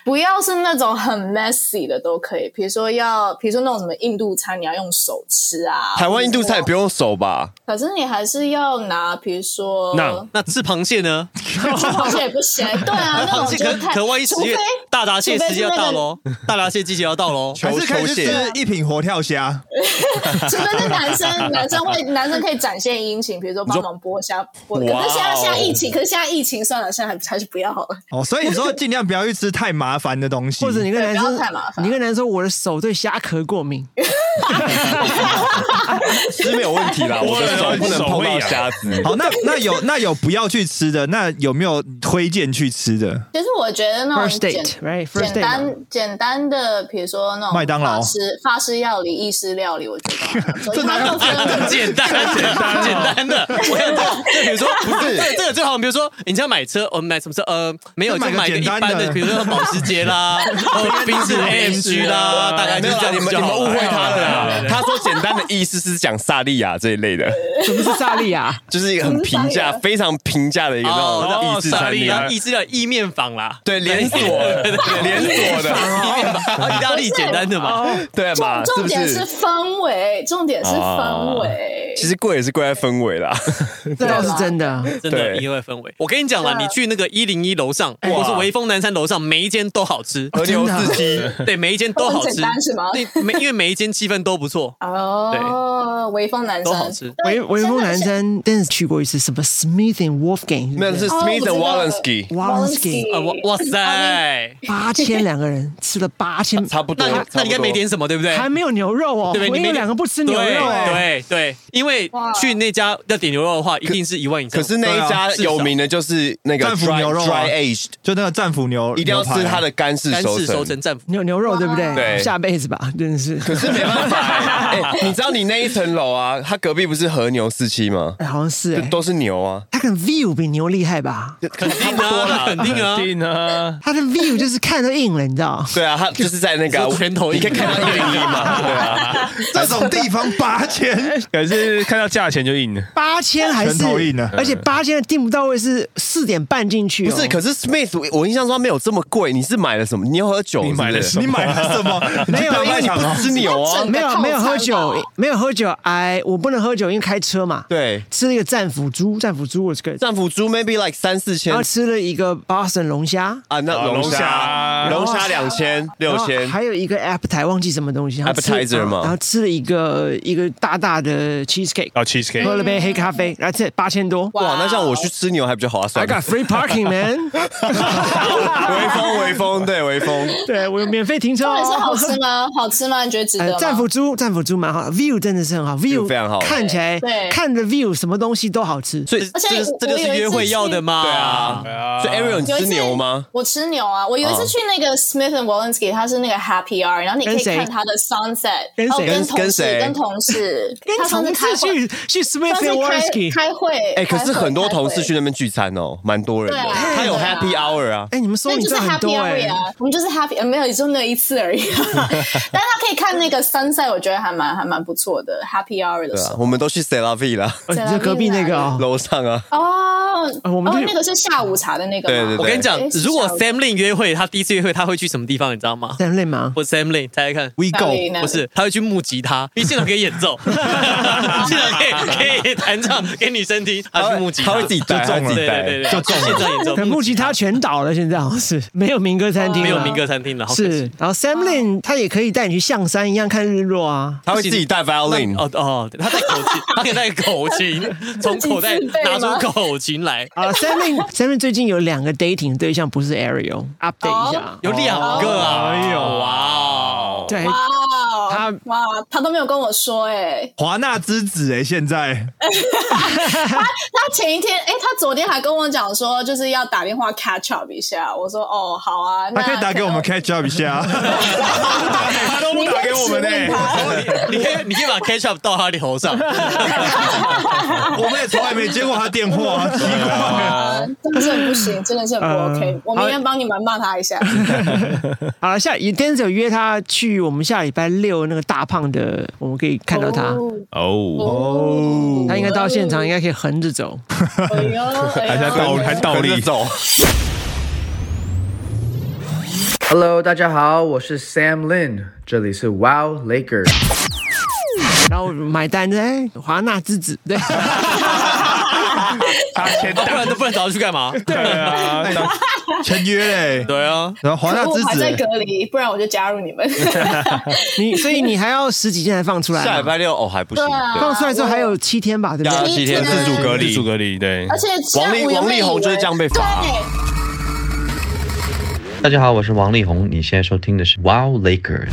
Speaker 4: 不要是那种很 messy 的都可以，比如说要，比如说那种什么印度餐，你要用手吃啊。
Speaker 8: 台湾印度菜也不
Speaker 4: 用，
Speaker 8: 用手吧？
Speaker 4: 可是你还是要拿，比如说
Speaker 3: 那
Speaker 1: 那吃螃蟹呢？
Speaker 4: 螃蟹也不行，对啊，那
Speaker 1: 螃
Speaker 4: 种
Speaker 1: 蟹
Speaker 4: 就
Speaker 1: 可
Speaker 4: 太，
Speaker 1: 可万一十
Speaker 4: 除非
Speaker 1: 月大闸蟹
Speaker 4: 除非
Speaker 1: 时
Speaker 4: 是
Speaker 1: 间要
Speaker 4: 那
Speaker 1: 到
Speaker 4: 个
Speaker 1: 喽，大闸蟹季节要到喽。
Speaker 2: 还
Speaker 8: 求
Speaker 2: 是可以去
Speaker 8: 求蟹
Speaker 2: 吃一品活跳虾，
Speaker 4: 除非是男生，男生会男生可以展现殷勤，比如说帮忙剥虾，剥。可是现在
Speaker 8: 哇哦
Speaker 4: 现在疫情，可是现在疫情算了，现在还还是不要好了。
Speaker 2: 哦，所以你说尽量不要去吃太麻烦的东西，
Speaker 5: 或者你跟男
Speaker 4: 对不
Speaker 5: 生
Speaker 4: 要太麻，烦
Speaker 5: 你跟男生说我的手对虾壳过敏，
Speaker 8: 是没有问题啦，我的手不能碰到虾子。
Speaker 2: 好，那那有那有不要去吃的，那有没有推荐去吃的？
Speaker 4: 其实我觉得那
Speaker 5: First
Speaker 4: 种简
Speaker 5: date, right? First
Speaker 4: 简
Speaker 5: date 嘛
Speaker 4: 单简单的，比如说那种
Speaker 2: 麦当劳
Speaker 4: 法式法式料理、意式料理，我觉得这
Speaker 8: 哦
Speaker 4: 哪有
Speaker 1: 很简单，简单，简单的。我想说，就比如说，不是这个最好，比如说你家买车，我们买什么车？呃，没有
Speaker 2: 就
Speaker 1: 就
Speaker 2: 买个
Speaker 1: 买个一 般
Speaker 2: 简单
Speaker 1: 的，
Speaker 2: 的
Speaker 1: 比如说保时捷啦，呃，宾士的 AMG 啦，大概啊就
Speaker 8: 啊没
Speaker 1: 是
Speaker 8: 有
Speaker 1: 这
Speaker 8: 啦，
Speaker 1: 样子
Speaker 8: 你
Speaker 1: 就
Speaker 8: 们你们
Speaker 1: 好
Speaker 8: 误
Speaker 1: 了。
Speaker 8: 会他了
Speaker 3: 对
Speaker 8: 啦
Speaker 3: 对。对
Speaker 8: 他说简单的意思是讲萨莉亚这一类的，？
Speaker 5: 什么是萨莉亚
Speaker 8: 就是一个很平
Speaker 4: 萨莉
Speaker 8: 价、
Speaker 4: 亚
Speaker 8: 非常平价的一个那种意式
Speaker 1: 哦萨
Speaker 8: 餐
Speaker 1: 利
Speaker 8: 厅。啊
Speaker 1: 哦亚，意式的意面坊啦，
Speaker 8: 对，连锁的，连锁的，
Speaker 1: 意面坊，啊意大利简单的 嘛。
Speaker 8: 哦对啊嘛？
Speaker 4: 重
Speaker 8: 是
Speaker 4: 重
Speaker 8: 不
Speaker 4: 点是氛围，重点是氛围。
Speaker 8: 其实贵也是贵在氛围 啦。
Speaker 5: 这倒是真的。
Speaker 1: 真的，
Speaker 8: 对
Speaker 1: 你会氛围。我跟你讲了，
Speaker 4: 啊
Speaker 1: 你去那个一零一楼上，或是微风南山楼上，每一间都好吃，
Speaker 8: 和 牛四鸡，
Speaker 1: 对，每一间都好
Speaker 4: 都很
Speaker 1: 吃
Speaker 4: 简单是吗，
Speaker 1: 对，每因为每一间气氛都不错，
Speaker 4: 哦，微风男
Speaker 1: 都好
Speaker 4: 生，
Speaker 1: 吃。
Speaker 5: 微微风男生，但是去过一次什么 Smith and Wolfgang，
Speaker 8: 那是
Speaker 4: 哦我
Speaker 8: Smith
Speaker 4: 知道
Speaker 8: Walensky，呃
Speaker 5: Walensky，
Speaker 1: 啊，哇哇 塞！
Speaker 5: 八千两个人吃了八千，
Speaker 8: 差不 多
Speaker 1: 那你。那
Speaker 8: 差不多
Speaker 1: 你应该没点什么，对不对？
Speaker 5: 还没有牛肉哦。
Speaker 1: 对不对？
Speaker 5: 我
Speaker 1: 你
Speaker 5: 也
Speaker 1: 没
Speaker 5: 有两个不吃牛肉哦。
Speaker 1: 对对对，因为去那家要点牛肉的话，一定是一万以上。
Speaker 8: 可是那一家
Speaker 1: 对啊
Speaker 8: 有名的就是那个
Speaker 2: 战斧
Speaker 8: dry
Speaker 2: 牛肉啊
Speaker 8: dry aged，
Speaker 2: 就那个战斧牛，啊
Speaker 8: 一定要吃它
Speaker 2: 的。
Speaker 8: 的干式
Speaker 1: 干
Speaker 8: 熟
Speaker 1: 式熟
Speaker 8: 成。
Speaker 1: 成战斧，
Speaker 5: 牛牛肉对不对？
Speaker 8: 对
Speaker 5: 下辈子吧，真的是。
Speaker 8: 可是没办法、欸欸你知道你那一层楼啊，它隔壁不是和牛四 期吗？
Speaker 5: 哎，好像是
Speaker 8: 就
Speaker 5: 哎，
Speaker 8: 都是牛啊，
Speaker 5: 他可能 view 比牛厉害吧？
Speaker 1: 肯定啊，肯定啊
Speaker 3: 肯。定啊，
Speaker 5: 他的 view 就是看都硬了，你知道？
Speaker 8: 对啊，它就是在那个啊、
Speaker 1: 你说拳头
Speaker 8: 你可以
Speaker 1: 硬
Speaker 8: 看到一零一嘛，对啊，
Speaker 2: 这种地方八 千，
Speaker 3: 可是看到价钱就硬了。
Speaker 5: 八千还是
Speaker 2: 拳头硬啊
Speaker 5: 而且八千的订不到位是四点半进去、哦，
Speaker 8: 不是，可是 Smith 我我印象中它没有这么贵，你是买了什么？你有喝酒
Speaker 3: 你买了
Speaker 8: 是不
Speaker 2: 你
Speaker 8: 是
Speaker 2: 买了什么？ 你
Speaker 5: 没有
Speaker 2: 去大卖
Speaker 8: 因
Speaker 2: 场
Speaker 8: 为
Speaker 2: 哦
Speaker 8: 你不吃牛啊，
Speaker 4: 整
Speaker 5: 没
Speaker 4: 个
Speaker 5: 有
Speaker 4: 套餐吧
Speaker 5: 没有喝酒，没有喝酒，哎，我不能喝酒，因为开车嘛。，
Speaker 8: 对，
Speaker 5: 吃了一个战斧猪，战斧猪我这个，
Speaker 8: 战斧猪 maybe like 三四千
Speaker 5: 然后吃了一个 Boston 龙虾，
Speaker 8: 啊，那
Speaker 3: 啊
Speaker 8: 龙
Speaker 3: 龙虾
Speaker 8: 虾龙虾两千六
Speaker 5: 然
Speaker 8: 千
Speaker 5: 后，还有一个 appetite 忘记什么东西然后吃
Speaker 8: Appetizer 嘛
Speaker 5: 然后吃了一个一个大大的 cheesecake，
Speaker 3: 哦，cheesecake，
Speaker 4: 嗯
Speaker 5: 喝了杯黑咖啡，然后这八千多。
Speaker 8: 哇，那像我去吃牛还比较划
Speaker 5: I
Speaker 8: 算。
Speaker 5: got free parking man，
Speaker 8: 微风微风，对微风，
Speaker 5: 啊对我有免费停车
Speaker 4: 到底是好
Speaker 5: 哦。
Speaker 4: 吃吗？好吃吗？你觉得值得
Speaker 5: 呃，
Speaker 4: 吗？
Speaker 5: 战斧猪，战斧猪蛮好，view view 真的是很好
Speaker 8: view 非常好
Speaker 5: 看起来
Speaker 4: 对对
Speaker 5: 看着 view 什么东西都好吃。
Speaker 8: 所以，所
Speaker 4: 而且
Speaker 1: 这个这个
Speaker 4: 我我有
Speaker 1: 是
Speaker 4: 一
Speaker 1: 约
Speaker 4: 次
Speaker 1: 会要
Speaker 4: 去
Speaker 1: 的嘛？
Speaker 8: 对啊
Speaker 3: 对啊，
Speaker 8: 以 Ariel 你
Speaker 4: 有一次
Speaker 8: 吃牛吗？
Speaker 4: 我吃牛啊！我有一次
Speaker 8: 啊
Speaker 4: 去那个 Smith and Wollensky，它是那个 Happy Hour，然后你可
Speaker 5: 跟
Speaker 4: 以
Speaker 5: 谁
Speaker 4: 看它的 sunset，
Speaker 5: 跟
Speaker 4: 然后
Speaker 5: 谁
Speaker 4: 跟同
Speaker 8: 跟
Speaker 4: 事
Speaker 8: 谁
Speaker 4: 跟同事，
Speaker 5: 跟
Speaker 4: 他上次
Speaker 5: 同
Speaker 4: 开
Speaker 5: 事
Speaker 4: 会，
Speaker 5: 去去 Smith
Speaker 4: 上
Speaker 5: and
Speaker 4: 次
Speaker 5: Worsky，
Speaker 4: 开开会，
Speaker 8: 哎、可
Speaker 4: 开会
Speaker 8: 是很多同事去。
Speaker 4: 开会
Speaker 8: 那边聚餐哦，蛮多人的。
Speaker 4: 对啊
Speaker 8: 他有
Speaker 4: 对啊
Speaker 8: Happy Hour 啊，
Speaker 5: 哎，你们说
Speaker 4: 那
Speaker 5: 你
Speaker 4: 就是
Speaker 5: 这很
Speaker 4: happy
Speaker 5: 多哎
Speaker 4: hour，啊，我们就是 happy，呃没有，也就那一次而已。 但是他可以看那个 sunset，我觉得还蛮还蛮不错的 happy hour 的
Speaker 8: 对
Speaker 4: 时
Speaker 8: 啊，
Speaker 4: 候。
Speaker 8: 我们都去 c e l a v i 啦，
Speaker 5: 哦你这隔壁那个哦，
Speaker 8: 楼上啊。
Speaker 4: 哦，
Speaker 5: 呃我们
Speaker 4: 哦
Speaker 5: 就
Speaker 4: 那个是下午茶的那个
Speaker 8: 对
Speaker 4: 吗，
Speaker 8: 对对
Speaker 1: 我跟你讲
Speaker 4: 哎，
Speaker 1: 如果
Speaker 4: 是
Speaker 1: Sam Lin 约会，他第一次约会他会去什么地方，你知道吗？
Speaker 5: 三类吗？
Speaker 1: 我 Sam Lin 猜猜看。
Speaker 2: We
Speaker 4: 哪
Speaker 2: go，
Speaker 4: 里呢
Speaker 1: 不是，他会去木吉他，因为现场可以演奏，现场可以可以弹唱给女生听。他去木吉他，
Speaker 8: 他会自己带，
Speaker 2: 就
Speaker 8: 他
Speaker 2: 中
Speaker 8: 会
Speaker 2: 了
Speaker 8: 自
Speaker 1: 对
Speaker 8: 己带，
Speaker 1: 对对对，就中现场演奏。
Speaker 5: 可木吉他全倒了，现在好像是 没有民歌餐厅
Speaker 1: 哦
Speaker 5: 了，啊
Speaker 1: 没有民歌餐厅了，好可惜
Speaker 5: 是。然后 Sam
Speaker 4: 哦
Speaker 5: Lin 他也可以带你去象山一样看日落 啊。
Speaker 8: 他会自己带 violin。
Speaker 1: 哦哦，他带口琴， 他可以带口 琴，从口袋
Speaker 4: 自己自备
Speaker 1: 拿
Speaker 4: 吗
Speaker 1: 出口琴来。
Speaker 5: 好了，Sam Lin Sam Lin 啊最近有两个 dating 对象不是 Ariel，update 一下。
Speaker 1: 有两个啊！哎呦，哇！哦
Speaker 5: 对，
Speaker 4: 哇哦，
Speaker 5: 他
Speaker 4: 哇，他都没有跟我说哎、
Speaker 2: 华纳之子哎、现在
Speaker 4: 他前一天哎、他昨天还跟我讲说，就是要打电话 catch up 一下。我说哦，好啊，那
Speaker 2: 他可以打给我们 catch up 一 下，他都不打给我们哎、
Speaker 1: 你你可以你可以把 ketchup 倒他的头上，
Speaker 8: 欸
Speaker 2: 我们也从来没接过他电话、奇怪。
Speaker 4: 啊，真的是很不行，真的是很不 OK、
Speaker 5: 嗯
Speaker 4: 我明天帮你们骂他一下。
Speaker 5: 好了，下 Denzel 约他去我们下礼拜六那个大胖的，我们可以看到他，
Speaker 3: 哦，
Speaker 4: 哦
Speaker 5: 他应该到现场，应该可以横着走。
Speaker 4: 哎呦，哎
Speaker 3: 还在
Speaker 4: 呦
Speaker 3: 倒还倒
Speaker 8: 倒立
Speaker 3: 立，
Speaker 8: 走，
Speaker 10: Hello，大家好，我是 Sam Lin，这里是 Wow Laker。
Speaker 5: 然后买单，哎，华纳之子， 对，
Speaker 3: 他先
Speaker 1: 不然
Speaker 3: 打
Speaker 1: 都不能找他去干嘛？
Speaker 3: 对啊，当
Speaker 2: 签约嘞、
Speaker 1: 对啊，
Speaker 2: 然后华纳
Speaker 4: 我
Speaker 2: 之
Speaker 4: 还
Speaker 2: 子、欸
Speaker 4: 在隔离，不然我就加入你们。
Speaker 5: 你所以你还要十几天才放出来嘛，啊
Speaker 8: 下礼拜六哦还不行。
Speaker 4: 对啊
Speaker 8: 对
Speaker 5: 放出来之后还有七天吧，对不
Speaker 8: 要
Speaker 5: 对？
Speaker 8: 七天
Speaker 4: 自主
Speaker 3: 隔离
Speaker 8: 自
Speaker 3: 自
Speaker 8: 主
Speaker 3: 主
Speaker 8: 隔
Speaker 3: 隔离，对，
Speaker 4: 而且
Speaker 8: 王力
Speaker 4: 我原本
Speaker 8: 王力
Speaker 4: 以为
Speaker 8: 宏就是这样被罚
Speaker 4: 对
Speaker 11: 大家好，我是王力宏，你现在收听的是 Wow Lakers。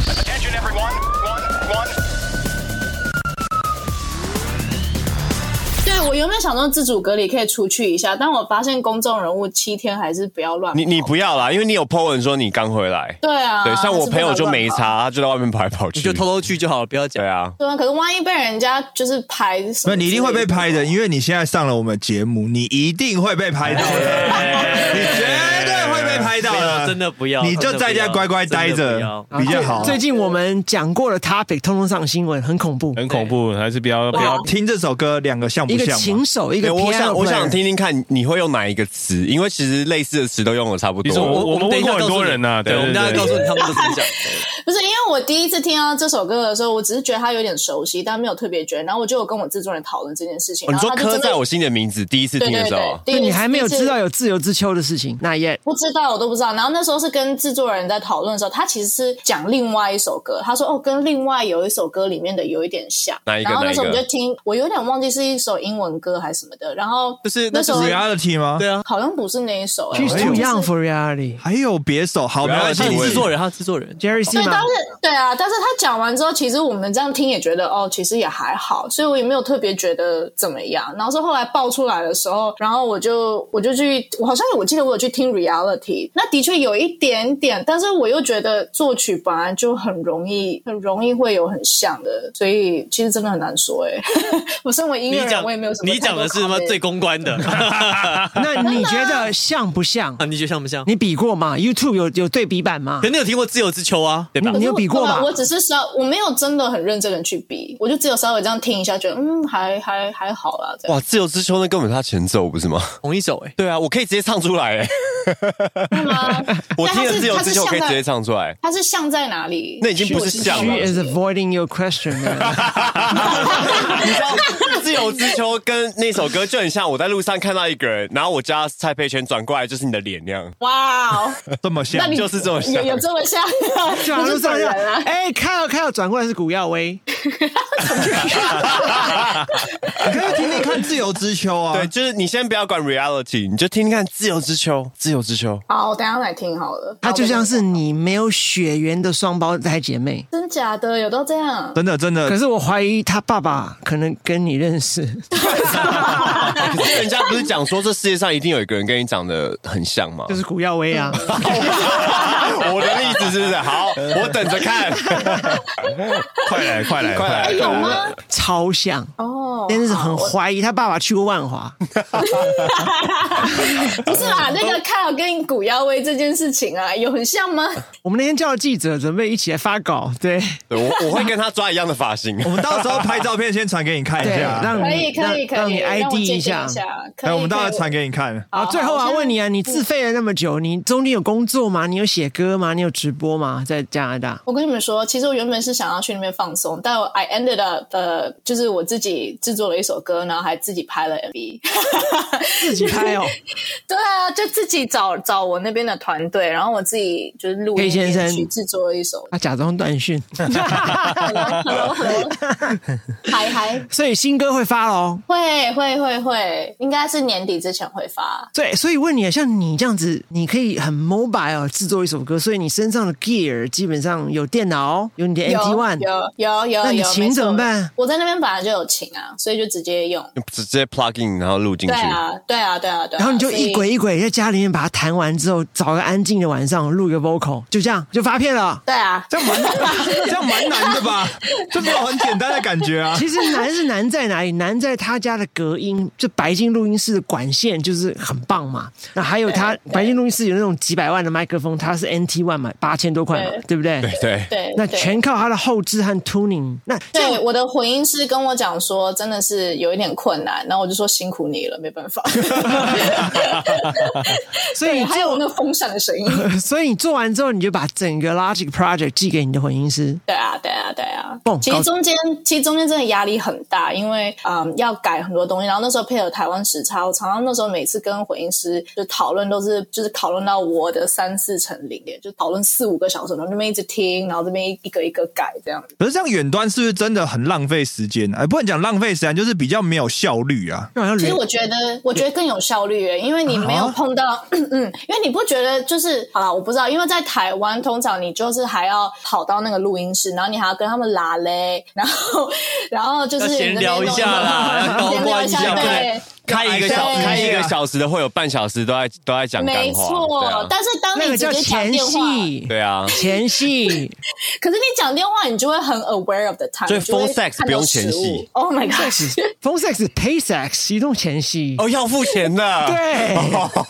Speaker 4: 对，我原本想说自主隔离可以出去一下，但我发现公众人物七天还是不要乱跑。
Speaker 8: 你你不要啦，因为你有 po 文说你刚回来。
Speaker 4: 对啊，
Speaker 8: 对，像我朋友就没
Speaker 4: 差。
Speaker 8: 差，他就在外面跑来跑去。
Speaker 1: 你就偷偷去就好了，不要讲
Speaker 8: 对。啊，
Speaker 4: 对啊，可是万一被人家就是拍什
Speaker 2: 那
Speaker 4: 么，
Speaker 2: 你一定会被拍的，。因为你现在上了我们节目，你一定会被拍到的，你绝对会被拍到
Speaker 1: 不
Speaker 2: 的，
Speaker 1: 要真的不要
Speaker 2: 你就在家乖乖待
Speaker 1: 真的不
Speaker 2: 着
Speaker 1: 要
Speaker 2: 比较好。啊
Speaker 5: 最近我们讲过的 topic 通通上新闻，很恐怖。
Speaker 3: 很恐怖，还是比较比较
Speaker 4: 哇
Speaker 2: 听这首歌，两个像不
Speaker 5: 一个
Speaker 2: 像
Speaker 5: 琴
Speaker 2: 吗？
Speaker 5: 手，一个
Speaker 8: 对，哎我
Speaker 5: piano
Speaker 8: 想我想
Speaker 5: player
Speaker 8: 听听看你会用哪一个词，因为其实类似的词都用的差不
Speaker 3: 你
Speaker 8: 多
Speaker 3: 说
Speaker 8: 了。
Speaker 3: 我们
Speaker 1: 等一下
Speaker 3: 问过很多
Speaker 1: 告诉你
Speaker 3: 人呐
Speaker 1: 对，
Speaker 3: 对
Speaker 1: 我们大家
Speaker 3: 对对
Speaker 1: 告诉你他们都怎么讲。
Speaker 4: 不是因为我第一次听到这首歌的时候，我只是觉得它有点熟悉，但没有特别觉得。然后我就有跟我制作人讨论这件事情。
Speaker 8: 哦你
Speaker 4: 然后
Speaker 8: 说
Speaker 4: 他就
Speaker 8: 刻
Speaker 4: 真的
Speaker 8: 在我心里的名字，第一次
Speaker 4: 对
Speaker 8: 听
Speaker 4: 对
Speaker 8: 的时候
Speaker 4: 对，，第一
Speaker 5: 就你还没有
Speaker 4: 第一次
Speaker 5: 知道有自由之秋的事情，那也
Speaker 4: 不知道，我都不知道。然后那时候是跟制作人在讨论的时候，他其实是讲另外一首歌，他说哦，跟另外有一首歌里面的有一点像。
Speaker 8: 哪一个
Speaker 4: 然后那时候我
Speaker 8: 哪一
Speaker 4: 们
Speaker 8: 个
Speaker 4: 就听，我有点忘记是一首英文歌还是什么的。然后
Speaker 1: 就是
Speaker 4: 那
Speaker 1: 那
Speaker 4: 时候
Speaker 2: Reality 吗？
Speaker 1: 对啊，
Speaker 4: 好像不是那一首、欸，
Speaker 5: she's
Speaker 4: 好像
Speaker 5: too
Speaker 4: 是
Speaker 5: young for reality。
Speaker 2: 还有别首，好，没关系
Speaker 1: 他，是
Speaker 8: 我也
Speaker 1: 制作人，他是制作人。
Speaker 5: Jerry C
Speaker 4: 对，但
Speaker 5: 嘛
Speaker 4: 是，对啊，但是他讲完之后，其实我们这样听也觉得哦，其实也还好，所以我也没有特别觉得怎么样。然后是后来爆出来的时候，然后我就我就去，我好像我记得我有去听 Reality，那的确有一点点，但是我又觉得作曲本来就很容易，很容易会有很像的，所以其实真的很难说哎、 我身为音
Speaker 1: 你
Speaker 4: 乐人，
Speaker 1: 讲
Speaker 4: 我也没有什么
Speaker 1: 你讲的是什么最公关的？
Speaker 5: 那你觉得像不像
Speaker 1: 啊，？你觉得像不像？
Speaker 5: 你比过吗？YouTube 有有对比版 吗
Speaker 1: 可？你有听过《自由之秋》啊，对吧？
Speaker 5: 你有比过吧
Speaker 4: 吧？我只是稍，我没有真的很认真的去比，我就只有稍微这样听一下，觉得嗯，还还还好啦。这样
Speaker 8: 哇，自由之秋那根本是他前奏不是吗？
Speaker 1: 同一首哎，
Speaker 8: 对啊，我可以直接唱出来，哎
Speaker 4: 是吗？
Speaker 8: 我听
Speaker 4: 但
Speaker 8: 了
Speaker 4: 它是
Speaker 8: 自由之秋
Speaker 4: 它是
Speaker 8: 可
Speaker 4: 像
Speaker 8: 以直接
Speaker 4: 在
Speaker 8: 唱出来。
Speaker 4: 它是像在哪里？
Speaker 8: 那已经不是像
Speaker 5: ？She
Speaker 8: 了
Speaker 5: is avoiding your question. 啊 man.
Speaker 8: 你知道《自由之秋》跟那首歌就很像，我在路上看到一个人，然后我叫他蔡佩轩，转过来就是你的脸那样，
Speaker 4: 哇哦，
Speaker 2: 这么像
Speaker 4: 那，你
Speaker 8: 就是这么像
Speaker 4: 有有这么像？
Speaker 5: 就好像上下
Speaker 4: 完了。
Speaker 5: 哎，Kyle Kyle 转过来是古耀威，
Speaker 2: 你可以听听看《自由之秋》啊。
Speaker 8: 对，就是你先不要管 reality，你就听听看《自由之秋》， 哦《自由之秋》
Speaker 4: 好，我等一下来听好了。
Speaker 5: 她就像是你没有血缘的双胞胎姐妹。
Speaker 4: 真假的，有都这样。
Speaker 2: 真的真的，
Speaker 5: 可是我怀疑她爸爸可能跟你认识，
Speaker 8: 哎。可是人家不是讲说这世界上一定有一个人跟你长得很像吗？
Speaker 5: 就是古耀威啊。
Speaker 8: 我的例子是不是？好，我等着看。哎
Speaker 3: 快来快来
Speaker 8: 快来
Speaker 3: 快来！
Speaker 4: 有吗？
Speaker 5: 超像
Speaker 4: 哦
Speaker 5: 但是很怀疑他爸爸去过万华，
Speaker 4: 不是 啦，那个凯尔跟古妖威这件事情啊，有很像吗？
Speaker 5: 我们那天叫了记者准备一起来发稿，对
Speaker 8: 对我我会跟他抓一样的发型。
Speaker 2: 我们到时候拍照片先传给你看一
Speaker 5: 对，
Speaker 2: 下，
Speaker 5: 让
Speaker 4: 可
Speaker 5: 你
Speaker 4: 以，可以，
Speaker 5: 让
Speaker 4: 可
Speaker 5: 让
Speaker 4: 以，
Speaker 5: 你
Speaker 4: 让
Speaker 5: ID
Speaker 4: 我鉴定
Speaker 5: 下
Speaker 4: 一。下。可以
Speaker 2: 哎，我们到时
Speaker 4: 可
Speaker 2: 候
Speaker 4: 以
Speaker 2: 传给你看。
Speaker 5: 好，最后啊，
Speaker 4: 好嗯
Speaker 5: 问你啊，你自费了那么久，你中间有工作吗？你有写歌吗？你有直播吗？在加 拿大？
Speaker 4: 我跟你们说，其实我原本是想要去那边放松，但我 I ended up 呃，就是我自己制作了一首歌，然后还自己拍了 MV。
Speaker 5: 自己拍哦，
Speaker 4: 对啊，就自己找找我那边的团队，然后我自己就是录
Speaker 5: 黑
Speaker 4: 音
Speaker 5: 先生
Speaker 4: 编曲制作了一 首。
Speaker 5: 啊，假装断讯，
Speaker 4: Hello Hello，嗨嗨，
Speaker 5: 所以新歌会发喽。
Speaker 4: 会会会会，应该是年底之前会发。
Speaker 5: 对，所以问你啊，像你这样子，你可以很 mobile 制作一首歌，所以你身上的 gear 基本上有电脑，有你的 MT
Speaker 4: 有
Speaker 5: One，
Speaker 4: 有有有，
Speaker 5: 那你
Speaker 4: 有
Speaker 5: 琴
Speaker 4: 没错
Speaker 5: 怎么办
Speaker 4: 我在那边本来就有琴啊，所以就直接用。
Speaker 8: 直接 plug in，然后录进
Speaker 4: 对
Speaker 8: 去。
Speaker 4: 啊，对啊，对啊，对啊。
Speaker 5: 然后你就一
Speaker 4: 所以。
Speaker 5: 轨一轨在家里面把它弹完之后，找个安静的晚上录一个 vocal，就这样就发片了。
Speaker 4: 对啊，
Speaker 2: 这样蛮这样蛮难的吧？这没有很简单的感觉啊。
Speaker 5: 其实难是难在哪里？难在他家的隔音，就白金录音室的管线就是很棒嘛。那还有他白金录音室有那种几百万的麦克风，它是 NT One 嘛，八千多块嘛
Speaker 4: 对，
Speaker 5: 对不对？
Speaker 8: 对对，
Speaker 4: 对，
Speaker 5: 那
Speaker 4: 对
Speaker 5: 全靠他的后置和 tuning。那这样
Speaker 4: 对，我的混音师跟我讲说，真的是有一点困难，然后我就说辛苦你了，没 办法。
Speaker 5: 所以
Speaker 4: 对
Speaker 5: 你
Speaker 4: 还有那个风扇的声音，
Speaker 5: 所以你做完之后，你就把整个 Logic Project 寄给你的混音师。
Speaker 4: 对啊，对啊，对啊
Speaker 5: 蹦。
Speaker 4: 其
Speaker 5: 高
Speaker 4: 实中间，其实中间真的压力很大，因为嗯要改很多东西，然后那时候配合台湾时差，我常常那时候每次跟混音师就讨论都是就是讨论到我的三四成零点，就讨论四五个小时，然后那边一直听，然后这边一一个一个改这样。
Speaker 2: 可是这样远端是不是真的很浪费时间啊？哎，不能讲浪费时间，就是比较没有效率啊。
Speaker 5: 那好像
Speaker 4: 其实
Speaker 5: 人
Speaker 4: 我觉得，我觉得更有效率耶，因为你没
Speaker 1: 啊
Speaker 4: 有碰到， 嗯嗯，因为你不觉得就是好了，我不知道，因为在台湾通常你就是还要跑到那个录音室，然后你还要跟他们拉嘞， 然后然后就是
Speaker 1: 要闲
Speaker 4: 你那边
Speaker 1: 聊一下啦
Speaker 4: 弄一弄
Speaker 1: 要高官
Speaker 4: 闲聊一
Speaker 1: 一下
Speaker 4: 下，
Speaker 1: 不能
Speaker 4: 对。
Speaker 8: 开一个小
Speaker 1: 哦
Speaker 4: 对
Speaker 8: 开一个小时的会有半小时都在都在讲干话。
Speaker 4: 没
Speaker 8: 对
Speaker 4: 错
Speaker 8: 啊，
Speaker 4: 但是当
Speaker 5: 那
Speaker 4: 你
Speaker 5: 个叫
Speaker 4: 直接讲
Speaker 5: 前
Speaker 4: 电话，
Speaker 5: 戏，
Speaker 8: 对啊，
Speaker 5: 前 戏。
Speaker 4: 可是你讲电话，你就会很 aware of the time，
Speaker 8: 所以
Speaker 4: 你就会
Speaker 8: phone sex
Speaker 4: 看到
Speaker 8: 不用前
Speaker 4: 食物
Speaker 8: 戏。
Speaker 4: Oh my god！
Speaker 5: Phone sex 是 pay sex 移动前戏。
Speaker 8: 哦，要付钱的。
Speaker 5: 对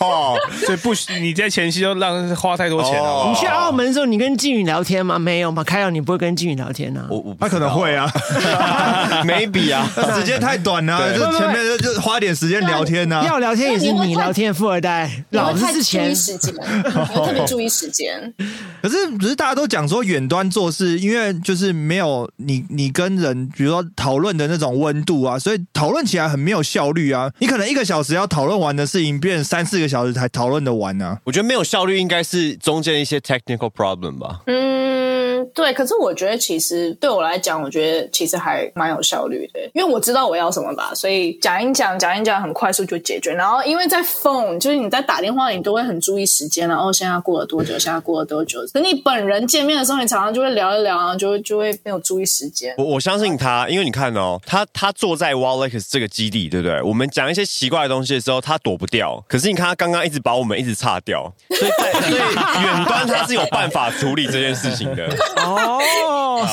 Speaker 8: 哦，
Speaker 3: 所以不许你在前期就让花太多钱了。
Speaker 8: 哦
Speaker 5: 你去啊澳门的时候，你跟妓女聊天吗？没有嘛，开耀你不会跟妓女聊天呐、啊。
Speaker 8: 我我
Speaker 2: 他可能会啊，
Speaker 8: ，maybe 啊，
Speaker 5: 哦
Speaker 2: 时间太短了、
Speaker 8: 对
Speaker 2: 就前面就就花点时间聊天啊
Speaker 8: 啊
Speaker 2: 呐、
Speaker 5: 要聊天也是
Speaker 4: 那你会
Speaker 5: 你
Speaker 4: 看
Speaker 5: 聊天的富二代，
Speaker 4: 你
Speaker 5: 老
Speaker 4: 会
Speaker 5: 子
Speaker 4: 太
Speaker 5: 是
Speaker 4: 注
Speaker 5: 钱
Speaker 4: 意。时间，你会特别注意时间。
Speaker 2: 可是只是大家都讲说远端做事，因为就是没有你你跟人，比如说讨论的那种温度啊，所以讨论起来很没有效率啊。你可能一个小时要讨论完的事情，变成三四个小时才讨论的完啊。
Speaker 8: 我觉得没有效率应该是中间一些 technical problem 吧。
Speaker 4: 嗯，对。可是我觉得，其实对我来讲，我觉得其实还蛮有效率的，因为我知道我要什么吧，所以讲一讲，讲一讲，很快速就解决。然后，因为在 phone，就是你在打电话，你都会很注意时间，然后现在过了多久，现在过了多久。可你本人见面的时候，你常常就会聊一聊，然后就会就会没有注意时间。
Speaker 8: 我我相信他，因为你看哦，他他坐在 Wall Lake 这个基地，对不对？我们讲一些奇怪的东西的时候，他躲不掉。可是你看他刚刚一直把我们一直岔掉，所以在所以远端他是有办法处理这件事情的。
Speaker 5: 哦，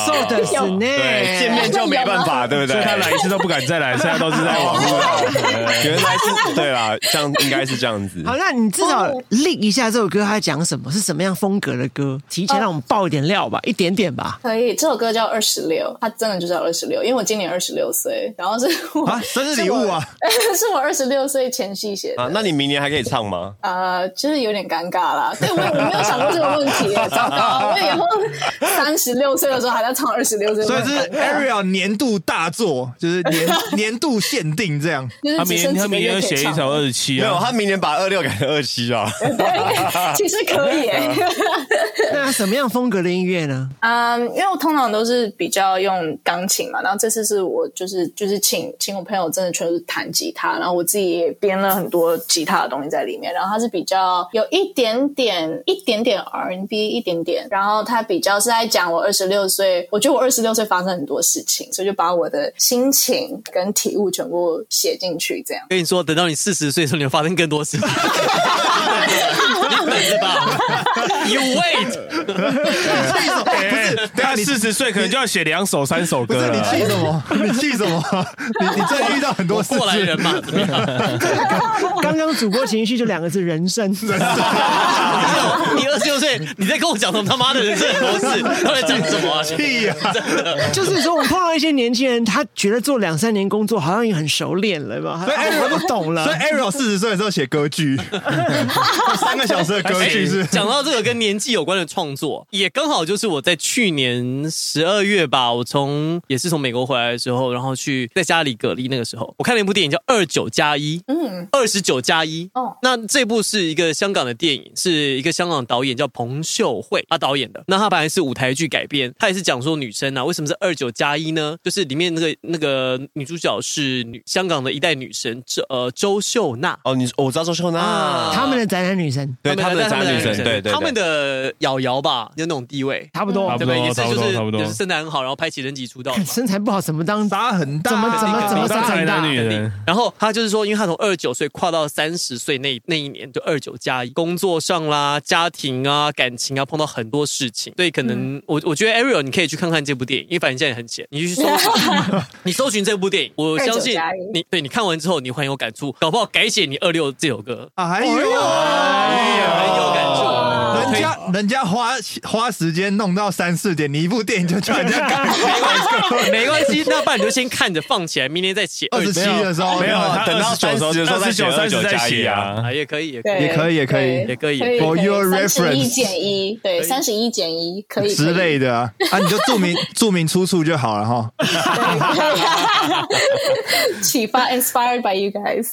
Speaker 5: so does 呢？
Speaker 8: 对，见面就没办法，对不
Speaker 3: 所
Speaker 8: 对
Speaker 3: 以？ 他来一次都不敢再来，现在都是在网 络上。
Speaker 8: 原来是对啦，这样应该是这样子。
Speaker 5: 好，那你至少
Speaker 4: 哦
Speaker 5: link 一下这首歌它讲什么，是什么样风格的歌，提前让我们爆一点料吧，一点点 吧。
Speaker 4: 可以，这首歌叫《二十六》，它真的就叫《二十六》，因为我今年二十六岁，然后是我
Speaker 2: 啊生日礼物啊，
Speaker 4: 是我是我二十六岁前夕写的。
Speaker 8: 啊，那你明年还可以唱吗？
Speaker 4: 呃，就是有点尴尬啦。对我也我没有想过这个问题，糟糕！我以后三十六岁的时候还在唱二十六岁，
Speaker 2: 所以是 Ariel 年度大作，就是 年年度限定这样。
Speaker 4: 就是
Speaker 3: 他
Speaker 4: 只
Speaker 3: 明
Speaker 4: 剩
Speaker 3: 年他
Speaker 4: 几个
Speaker 3: 明年
Speaker 4: 月
Speaker 3: 要
Speaker 4: 可
Speaker 3: 写
Speaker 4: 以
Speaker 3: 一
Speaker 4: 唱。
Speaker 3: 首二十七
Speaker 8: 没有，
Speaker 3: 啊，
Speaker 8: 他明年把二六改成二七啊。
Speaker 4: 对，其实可以耶。
Speaker 5: 那啊什么样风格的音乐呢？
Speaker 4: 嗯，因为我通常都是比较用钢琴嘛，然后这次是我就是就是请请我朋友真的全是弹吉他，然后我自己也编了很多吉他的东西在里面，然后它是比较有一点点一点点 R&B 一点点，然后它比较是在讲我二十六岁，我觉得我二十六岁发生很多事情，所以就把我的心情跟体悟全部写进去，这样。
Speaker 1: 跟你说，等到你四十岁的时候，你会发生更多事。情。你等着吧，You wait。
Speaker 3: 不是，哎等下四十岁可能就要写两首、三首歌
Speaker 2: 啊不是你气
Speaker 3: 了。
Speaker 2: 什么？ 你气什么？你你真的遇到很多事情。
Speaker 1: 过来人嘛，怎么样？
Speaker 5: 刚刚主播情绪就两个字：人生。
Speaker 1: 你二十六岁，你在跟我讲什么他妈的人生很多事？他在讲什么 啊？
Speaker 2: 屁呀！
Speaker 5: 就是说，我碰到一些年轻人，他觉得做两三年工作好像也很熟练了吧？
Speaker 2: 所以
Speaker 5: 哎
Speaker 2: Ariel
Speaker 5: 我都懂了
Speaker 2: 所以。Ariel 四十岁的时候写歌剧，三个小时的歌剧是
Speaker 1: 哎讲到这个跟年纪有关的创作，也刚好就是我在去年十二月吧，我从也是从美国回来的时候，然后去在家里隔离那个时候，我看了一部电影叫《二九加一》，
Speaker 4: 嗯，
Speaker 1: 二十九加一。
Speaker 4: 哦，
Speaker 1: 那这部是一个香港的电影，是一个香港导演叫彭秀慧他导演的。那他本来是舞台剧改编，他也是讲说女生啊，为什么是二九加一呢？就是里面那个那个女主角是女香港的一代女神，周呃周秀娜。
Speaker 8: 哦，你我知道周秀娜，
Speaker 5: 他们的宅男女生
Speaker 8: 对他们的渣女神，对对，对
Speaker 1: 他们的瑶瑶吧，就那种地位，
Speaker 5: 差不多
Speaker 3: 差，不
Speaker 1: 对不
Speaker 3: 多
Speaker 1: 对？也是
Speaker 3: 差不
Speaker 1: 就
Speaker 3: 多
Speaker 1: 是
Speaker 3: 差不多
Speaker 1: 也是身材很好，然后拍起人集出道 的嘛。
Speaker 5: 身材不好怎么当？
Speaker 2: 差很大，
Speaker 5: 怎么怎么怎么
Speaker 3: 当
Speaker 5: 长
Speaker 3: 宅
Speaker 5: 很大
Speaker 3: 男？女人，
Speaker 1: 然后他就是说，因为他从二十九岁跨到三十岁那那一年，就二九加一，工作上啦、家庭啊、感情啊，碰到很多事情，所以可
Speaker 4: 嗯
Speaker 1: 能、我我觉得 Ariel 你可以去看看这部电影，因为反正现在也很闲，你去搜 寻，你搜寻这部电影，我相信
Speaker 4: 29加一
Speaker 1: 你对你看完之后你会很有感触，搞不好改写你二六这首歌，
Speaker 2: 啊？还有，哎
Speaker 1: 很有感触。
Speaker 2: 人家人家花花时间弄到三四点，你一部电影就叫人家改
Speaker 1: 没关系，没关系，那不然你就先看着放起来，明天再写。
Speaker 2: 二十七的时候
Speaker 3: 没有，他
Speaker 8: 等到
Speaker 3: 29
Speaker 8: 30的时候再
Speaker 3: 29
Speaker 8: 写
Speaker 3: 30再写啊。
Speaker 1: 啊，也可以，也可以。
Speaker 4: 对，
Speaker 2: 也可以也可以
Speaker 1: 也可以
Speaker 4: 可以
Speaker 2: For your
Speaker 4: 三十一
Speaker 2: reference
Speaker 4: 减一，对，三十一减一，可以
Speaker 2: 之类
Speaker 4: 的。
Speaker 2: 的啊，啊你就注明 注明出处就好了哈。
Speaker 4: 对可以启发 inspired by you guys，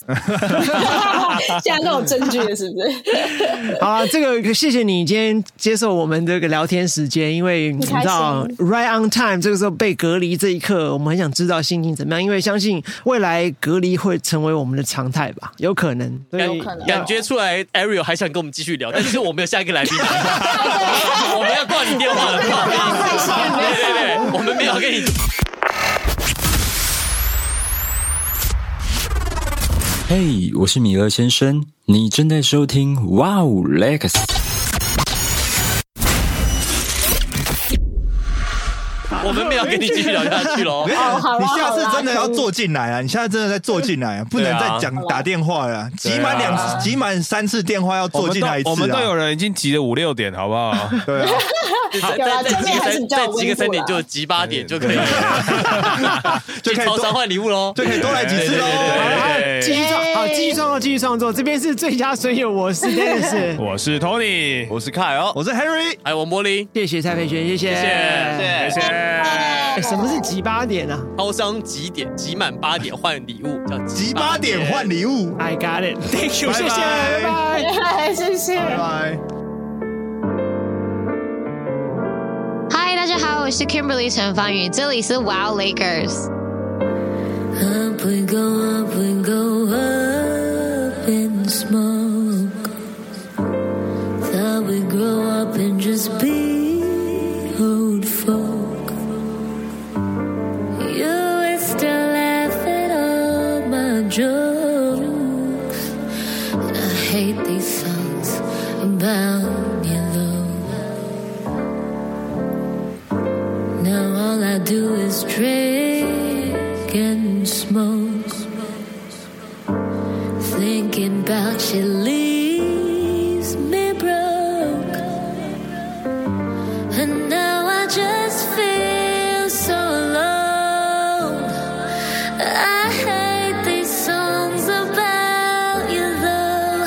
Speaker 4: 现在都有证据了，是不是？
Speaker 5: 好啊，这个谢谢你今天接受我们这个聊天时间，因为你知道
Speaker 4: 很开
Speaker 5: right on time 这个时候被隔离这一刻，我们很想知道心情怎么样，因为相信未来隔离会成为我们的常态吧，有可能，所以
Speaker 1: 感
Speaker 4: 有可能
Speaker 1: 感觉出来，Ariel 还想跟我们继续聊，但是我们有下一个来宾， 我们要挂你电话了，不好意思，对对对，我们没有跟你。
Speaker 12: 嘿，我是米勒先生，你正在收听《哇哦 Legacy》。
Speaker 1: 我们没有跟你继续聊下去喽
Speaker 2: 没。有
Speaker 4: 好啦
Speaker 2: 哎你下次真的要
Speaker 4: 可以
Speaker 2: 坐进来啊！你下次真的再坐进来啊，不能再讲打电话了啊，
Speaker 8: 对啊
Speaker 2: 集满两集满三次电话要
Speaker 3: 我
Speaker 2: 坐
Speaker 3: 们
Speaker 2: 进
Speaker 3: 都
Speaker 2: 来一次
Speaker 3: 我们都有
Speaker 2: 啊。
Speaker 3: 人已经急了五六点，好不好？
Speaker 2: 对啊，
Speaker 1: 再
Speaker 4: 有啦
Speaker 1: 再
Speaker 4: 正
Speaker 1: 集
Speaker 4: 面
Speaker 1: 个
Speaker 4: 还是
Speaker 1: 三，
Speaker 4: 比较
Speaker 1: 再
Speaker 4: 有
Speaker 1: 集个
Speaker 4: 温度
Speaker 1: 三
Speaker 4: 啦
Speaker 1: 点就集八点就可以了，
Speaker 2: 就
Speaker 1: 去
Speaker 2: 可以
Speaker 1: 超商
Speaker 2: 多
Speaker 1: 换礼物喽。
Speaker 2: 就可以多来几次喽。
Speaker 3: 对
Speaker 5: 继续创好，继续创作，继续创作，这边是最佳损友，我是 Dennis，
Speaker 3: 我是 Tony，
Speaker 8: 我是凯哦，
Speaker 2: 我是 Harry，
Speaker 1: 哎，我茉莉，
Speaker 5: 谢谢蔡培轩，谢谢，
Speaker 1: 谢
Speaker 3: 谢谢。
Speaker 5: 哎什么是集八点啊
Speaker 1: 超商几点？集满八点换礼物，叫
Speaker 2: 集八点换礼物，
Speaker 5: ？I got it，Thank you，谢谢，
Speaker 2: 拜拜
Speaker 5: 拜拜。
Speaker 4: 哎谢谢。
Speaker 2: 拜拜。
Speaker 13: 嗨，大家好，我是 Kimberly 陈芳宇，这里是 Wow Lakers。
Speaker 14: Up we go, up we go, up in smoke. Thought we'd grow up and just be old folk. You were still laughing at all my jokes. And I hate these songs about you, Now all I do is drink and smoke. Thinking about you leaves me broke. And now I just feel so alone. I hate these songs about you though.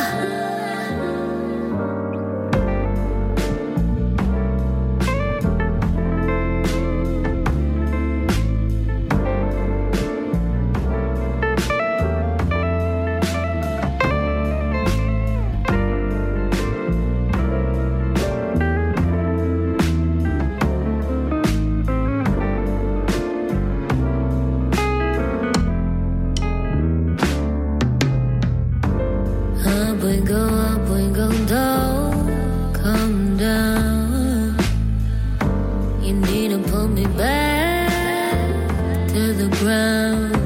Speaker 14: You need to pull me back to the ground.